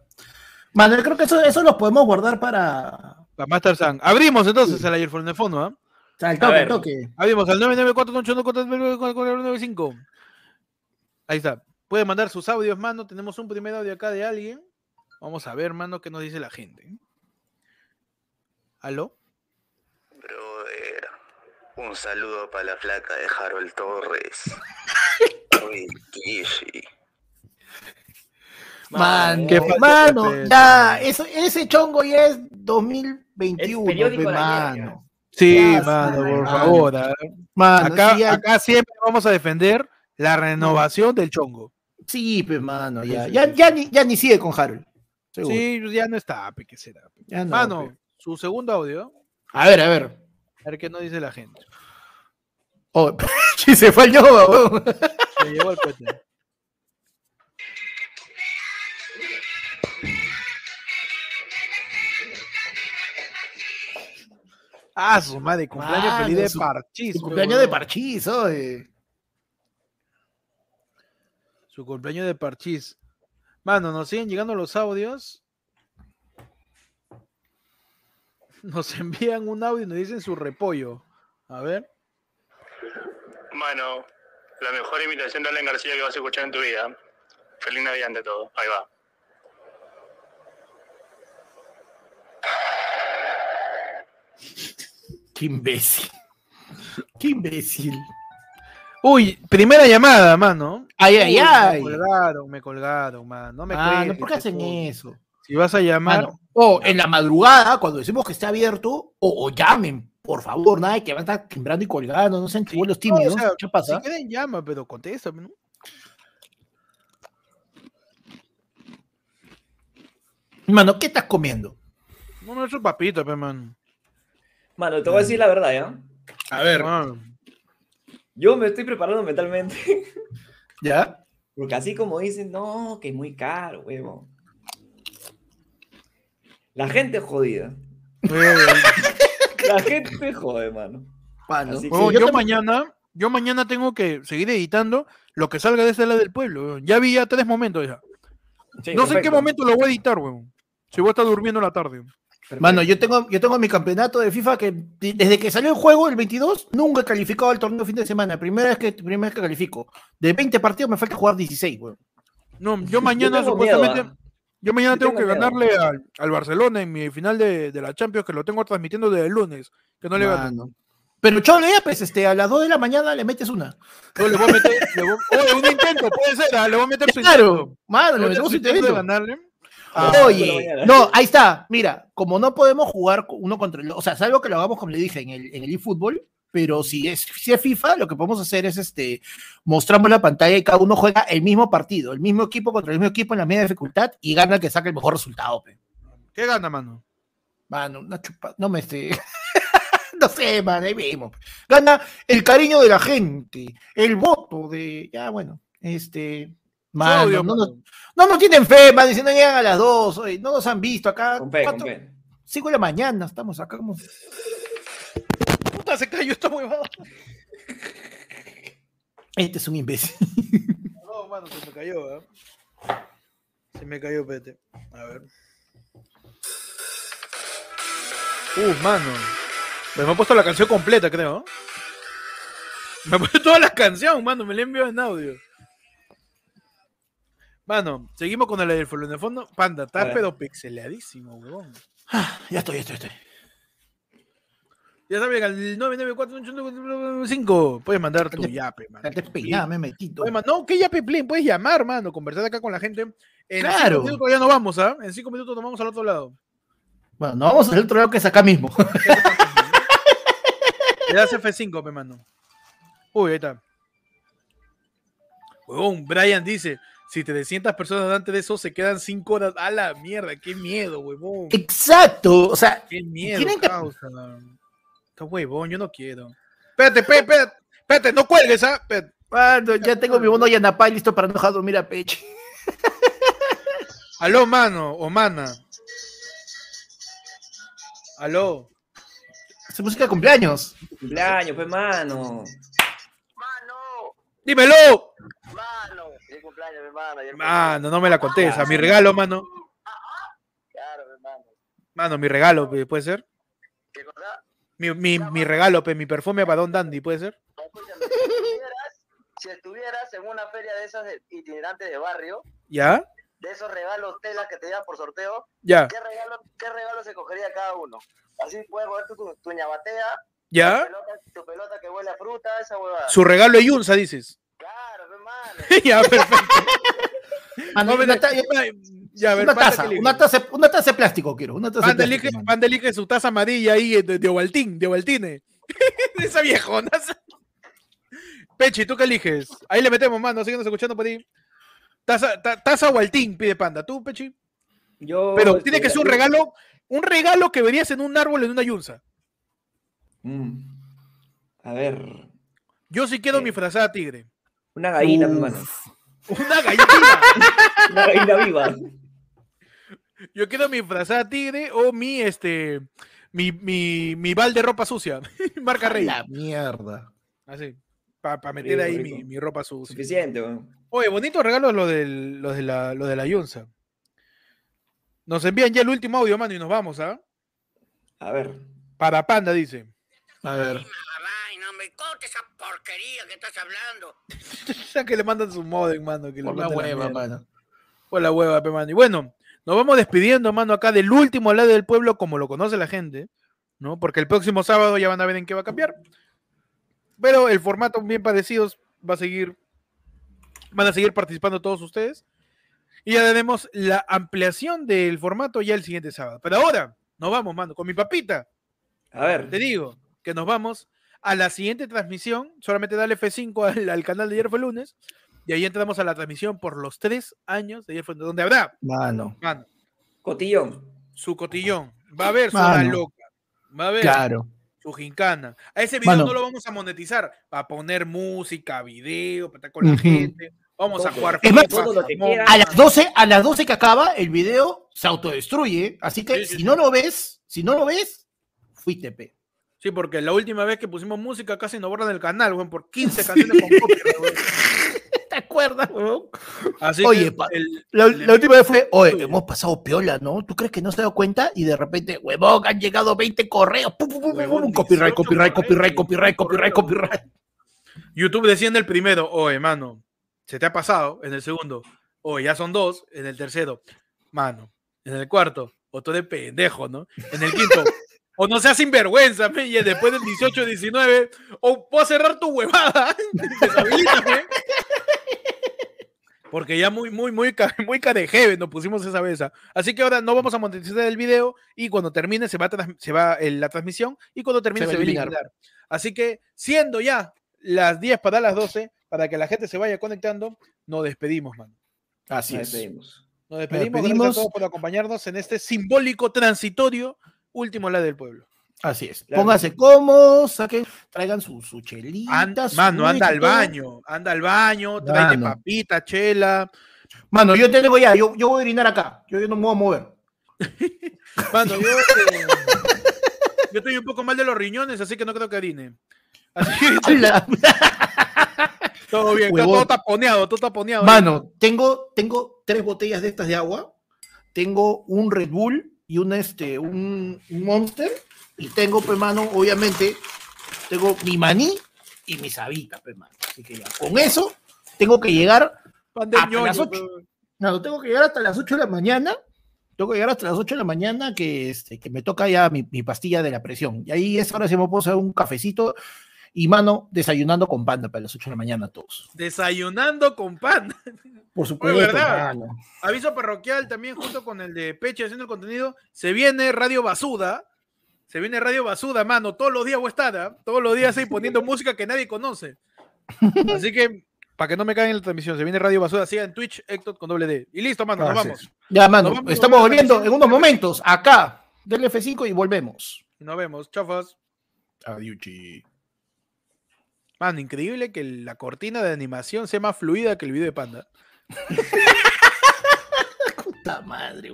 Mano, yo creo que eso, eso lo podemos guardar para... La Master San. Abrimos entonces el ayer de fondo, ¿ah? O sea, al toque, ver. al toque. Abrimos al 994 Ahí está. Puede mandar sus audios, mano. Tenemos un primer audio acá de alguien. Vamos a ver, mano, qué nos dice la gente. ¿Aló? Brother, un saludo para la flaca de Harold Torres. Oye, Kishi. Mano, Qué falta de mano, respeto. ya, eso- ese chongo ya es Es 2021, periódico pe, de ayer, ya. mano. Sí, Ya, mano, sí, por mano. favor. ah. Mano, Acá, sí, ya- acá siempre vamos a defender la renovación del chongo. sí, pe, mano, ya, Sí, sí, ya, sí. ya ni, ya ni sigue con Harold. Seguro. Sí, ya no está, pe, ¿qué será? pe? Ya no, Mano, pe. su segundo audio. A ver, a ver. A ver qué nos dice la gente. Oh, si se fue el yoga, weón. Se llevó el cohete. Ah, su madre, cumpleaños Mano, feliz su- de parchís. Su pe, cumpleaños de huevón. parchís, oye. Su cumpleaños de parchís. Mano, nos siguen llegando los audios. Nos envían un audio y nos dicen su repollo. A ver. Mano, la mejor imitación de Alan García que vas a escuchar en tu vida. Feliz Navidad ante todo. Ahí va. Qué imbécil. Qué imbécil. Uy, primera llamada, mano. Ay, Uy, ay, ay. Me colgaron, me colgaron, mano. No me este Mano, cuelgues, Ah, ¿por qué hacen puto. eso? Si vas a llamar, Mano, o en la madrugada, cuando decimos que está abierto, o, o llamen, por favor, nada de que van a estar timbrando y colgando, no sean chibolos No, o tímidos. sea, ¿Qué pasa? Si quieren, llama, pero contéstame, ¿no? Mano, ¿qué estás comiendo? No, no es un papito, pe, mano. Mano, te voy a decir la verdad, ¿ya? A ver, Mano, Yo me estoy preparando mentalmente. ¿ya? Porque así como dicen, no, que es muy caro, huevo. La gente es jodida. huevón. La gente jode, mano. Mano, Así- sí, Huevón, yo yo también- mañana, yo mañana tengo que seguir editando lo que salga de ese lado del pueblo. huevón. Ya vi ya tres momentos ya. Sí, no sé en qué perfecto, momento lo voy a editar, weón. Si voy a estar durmiendo en la tarde. perfecto. mano, yo tengo, yo tengo mi campeonato de FIFA que di- desde que salió el juego el 22 nunca he calificado al torneo de fin de semana. Primera vez que, primera vez que califico. De 20 partidos me falta jugar 16, weón. No, yo mañana tengo miedo, supuestamente. Yo mañana Yo tengo, tengo que miedo. ganarle al, al Barcelona en mi final de, de la Champions, que lo tengo transmitiendo desde el lunes. Que no le gano. Mano. Pero chole, ya, pues, este, a las 2 de la mañana le metes una. Yo le voy a meter. le voy- Oye, un intento, puede ser. ah, Le voy a meter su intento. Claro, mano, Le voy le a meter metemos su un intento de intento. ganarle. Ah, por la Oye, mañana. no, ahí está. Mira, como no podemos jugar co- uno contra el o sea, salvo que lo hagamos como le dije en el, en el eFootball, pero si es, si es FIFA, lo que podemos hacer es este, mostramos la pantalla y cada uno juega el mismo partido, el mismo equipo contra el mismo equipo en la misma dificultad y gana el que saca el mejor resultado. Pe. ¿Qué gana, mano? Mano, una chupa, no me esté. no sé, man, ahí vemos. Gana el cariño de la gente, el voto de. Ya, bueno, este. Mano, Odio, no, nos, mano. no nos tienen fe, man, diciendo llegan a las dos, oye, no nos han visto acá. Con fe, con cuatro- fe. 5 de la mañana, estamos acá como. Puta, se cayó esta huevada. Este es un imbécil. No, mano, se me cayó, ¿eh? Se me cayó, pete. A ver. Uh, mano. Pero me ha puesto la canción completa, creo. Me ha puesto toda la canción, mano. Me la envió en audio. Mano, seguimos con el teléfono en el fondo. Panda, A estás ver. pero pixeleadísimo, huevón. Ya estoy, ya estoy, ya estoy. Ya sabes, al 994 puedes mandar tu Antes- yape, mano. Antes peinada, me metito. Oye, man, no, que ya Peplín, puedes llamar, mano, conversar acá con la gente. En cinco Claro. minutos ya no vamos, ¿ah? En cinco minutos nos vamos al otro lado. Bueno, no vamos al otro lado que es acá mismo. Le das F5, me mano. Uy, ahí está. Huevón, Brian dice: si 300 personas antes de eso se quedan 5 horas. A la mierda, qué miedo, huevón. Qué, Exacto. O sea, miedo, tienen que- causa. Está huevón, yo no quiero. Espérate, espérate, espérate, espérate, no cuelgues, ¿ah? Espérate. mano, ya tengo mi mono Yanapay listo para enojado. Mira, Peche. Aló, mano, o mana. Aló. Es música de cumpleaños. Cumpleaños, pues, mano. Mano, ¡Dímelo! mano. Feliz cumpleaños, mi hermano. ayer fue- Mano, no me la contesta. Mi regalo, mano. Claro, mi hermano. Mano, mi regalo, pe, ¿puede ser? ¿Qué cosa? Mi, mi, mi regalo, pe, mi perfume para Don Dandy, ¿puede ser? Escúchame, si estuvieras- si estuvieras en una feria de esas de- itinerantes de barrio, ¿Ya? de esos regalos telas que te llevan por sorteo, ¿Ya? ¿qué regalo, qué regalo se cogería cada uno? Así puedes coger tu, tu, tu ñabatea, tu, ¿Ya? pelota, tu pelota que huele a fruta, esa huevada. Su regalo es Yunza, dices. Claro, mi hermano. ya, perfecto. Mano, No, Ah, una, mira, ta- ya, a ver, una Panda, taza, ¿qué elige? una taza, una taza de plástico quiero. Una taza de Panda plástico. elige, mano. Panda elige su taza amarilla ahí eh, de, de Ovaltín, de Ovaltine. Esa viejona. Pechi, ¿tú qué eliges? Ahí le metemos, mano, síguenos escuchando por ahí. Taza, ta- taza Ovaltín, pide Panda. ¿Tú, Pechi? Yo, Pero este, tiene que ser un yo- regalo, un regalo que verías en un árbol en una yunza. Mm. A ver. Yo sí quiero Sí. mi frazada tigre. Una gallina, pues, Uf. mano. Una gallina. Una gallina viva. Yo quiero mi frazada tigre o mi este mi, mi, mi bal de ropa sucia, marca Rey. La mierda. Así, para meter Rico, ahí rico. mi, mi ropa sucia. Suficiente, weón. Oye, bonitos regalos los del- los de la, los de la Yunza. Nos envían ya el último audio, mano, y nos vamos, ¿ah? A ver. Para Panda, dice. A ver. Ay, no me corte esa porquería que estás hablando. Ya que le mandan su modem, mano. Que le Por la manden la hueva, mierda. mano. Por la hueva, pe, mano. Y bueno, nos vamos despidiendo, mano, acá del último lado del pueblo, como lo conoce la gente, ¿no? Porque el próximo sábado ya van a ver en qué va a cambiar. Pero el formato bien parecido va a seguir. Van a seguir participando todos ustedes. Y ya tenemos la ampliación del formato ya el siguiente sábado. Pero ahora, nos vamos, mano, con mi papita. A ver. Te digo que nos vamos a la siguiente transmisión. Solamente dale F5 al, al canal de ayer fue lunes. Y ahí entramos a la transmisión por los tres años de ayer fue donde habrá Mano. mano, Cotillón. su cotillón. Va a haber su Mano. hora loca. Va a haber Claro. su gincana. A ese video Mano. no lo vamos a monetizar. Va a poner música, video, para estar con la Ujú. gente. Vamos a Todo. jugar Es más, FIFA, todo lo que jamón. quieras. A las 12, a las 12 que acaba, el video se autodestruye. Así que Sí, sí, si sí. no lo ves, si no lo ves, fuiste pe. Sí, porque la última vez que pusimos música casi nos borran el canal, weón, por 15 canciones con copyright, weón. ¿Te acuerdas, weón? Así Oye, que pa- el- La, el- la última vez fue, oye, Oye. hemos pasado piola, ¿no? ¿Tú crees que no se dio cuenta? Y de repente, huevón, han llegado 20 correos. Pum, pum, pum, pum, Huevón, pum, 18 copyright, copyright, copyright, correos, copyright, copyright, copyright. YouTube decía en el primero, oye, mano, se te ha pasado. En el segundo, oye, ya son dos. En el tercero, mano. En el cuarto, otro de pendejo, ¿no? En el quinto, o no seas sinvergüenza, pe, y después del 18, 19, o puedo cerrar tu huevada. Deshabilítame. Porque ya muy, muy, muy, ca- muy carejeve nos pusimos esa vez. ¿ah? Así que ahora no vamos a monetizar el video y cuando termine se va, a trans- se va eh, la transmisión y cuando termine se, va a va a eliminar. eliminar. Así que siendo ya las 10 para las 12, para que la gente se vaya conectando, nos despedimos, man. Así Nos es. despedimos. Eh, Nos despedimos. despedimos. Gracias a todos por acompañarnos en este simbólico transitorio último la del pueblo. Así es. Claro. Pónganse cómodos, saquen, traigan su, su chelita. An- su mano, anda al whisky, todo. baño, anda al baño, tráete Mano. papita, chela. Mano, yo te digo ya, yo, yo voy a orinar acá. Yo, yo no me voy a mover. Mano, yo, eh, yo estoy un poco mal de los riñones, así que no creo que harine. Así que Ala. todo bien, está Huevón. todo taponeado, todo taponeado. ¿eh? Mano, tengo, tengo tres botellas de estas de agua, tengo un Red Bull y un, este, un, un Monster, y tengo, pues, mano, obviamente, tengo mi maní y mi sabita, pues, mano. Así que ya, con eso tengo que llegar, Pan de hasta ñoño, las ocho. huevón. no, tengo que llegar hasta las 8 de la mañana, tengo que llegar hasta las 8 de la mañana que, este, que me toca ya mi, mi pastilla de la presión. Y ahí es ahora sí me puedo hacer un cafecito y, mano, desayunando con panda para las 8 de la mañana todos. Desayunando con pan. Por supuesto, ¿verdad? mano. Aviso parroquial también junto con el de Peche haciendo el contenido. Se viene Radio Basuda. Se viene Radio Basuda, mano. Todos los días voy a estar, ¿ah? Todos los días ahí poniendo música que nadie conoce. Así que, para que no me caigan en la transmisión, se viene Radio Basuda, sigan en Twitch, Hector con doble D. Y listo, mano, nos Así vamos. es. Ya, mano, Nos vamos, estamos nos vemos, volviendo Alexis. en unos momentos acá del F5 y volvemos. Nos vemos, chafas. Adiuchi. Mano, increíble que la cortina de animación sea más fluida que el video de Panda. Puta madre,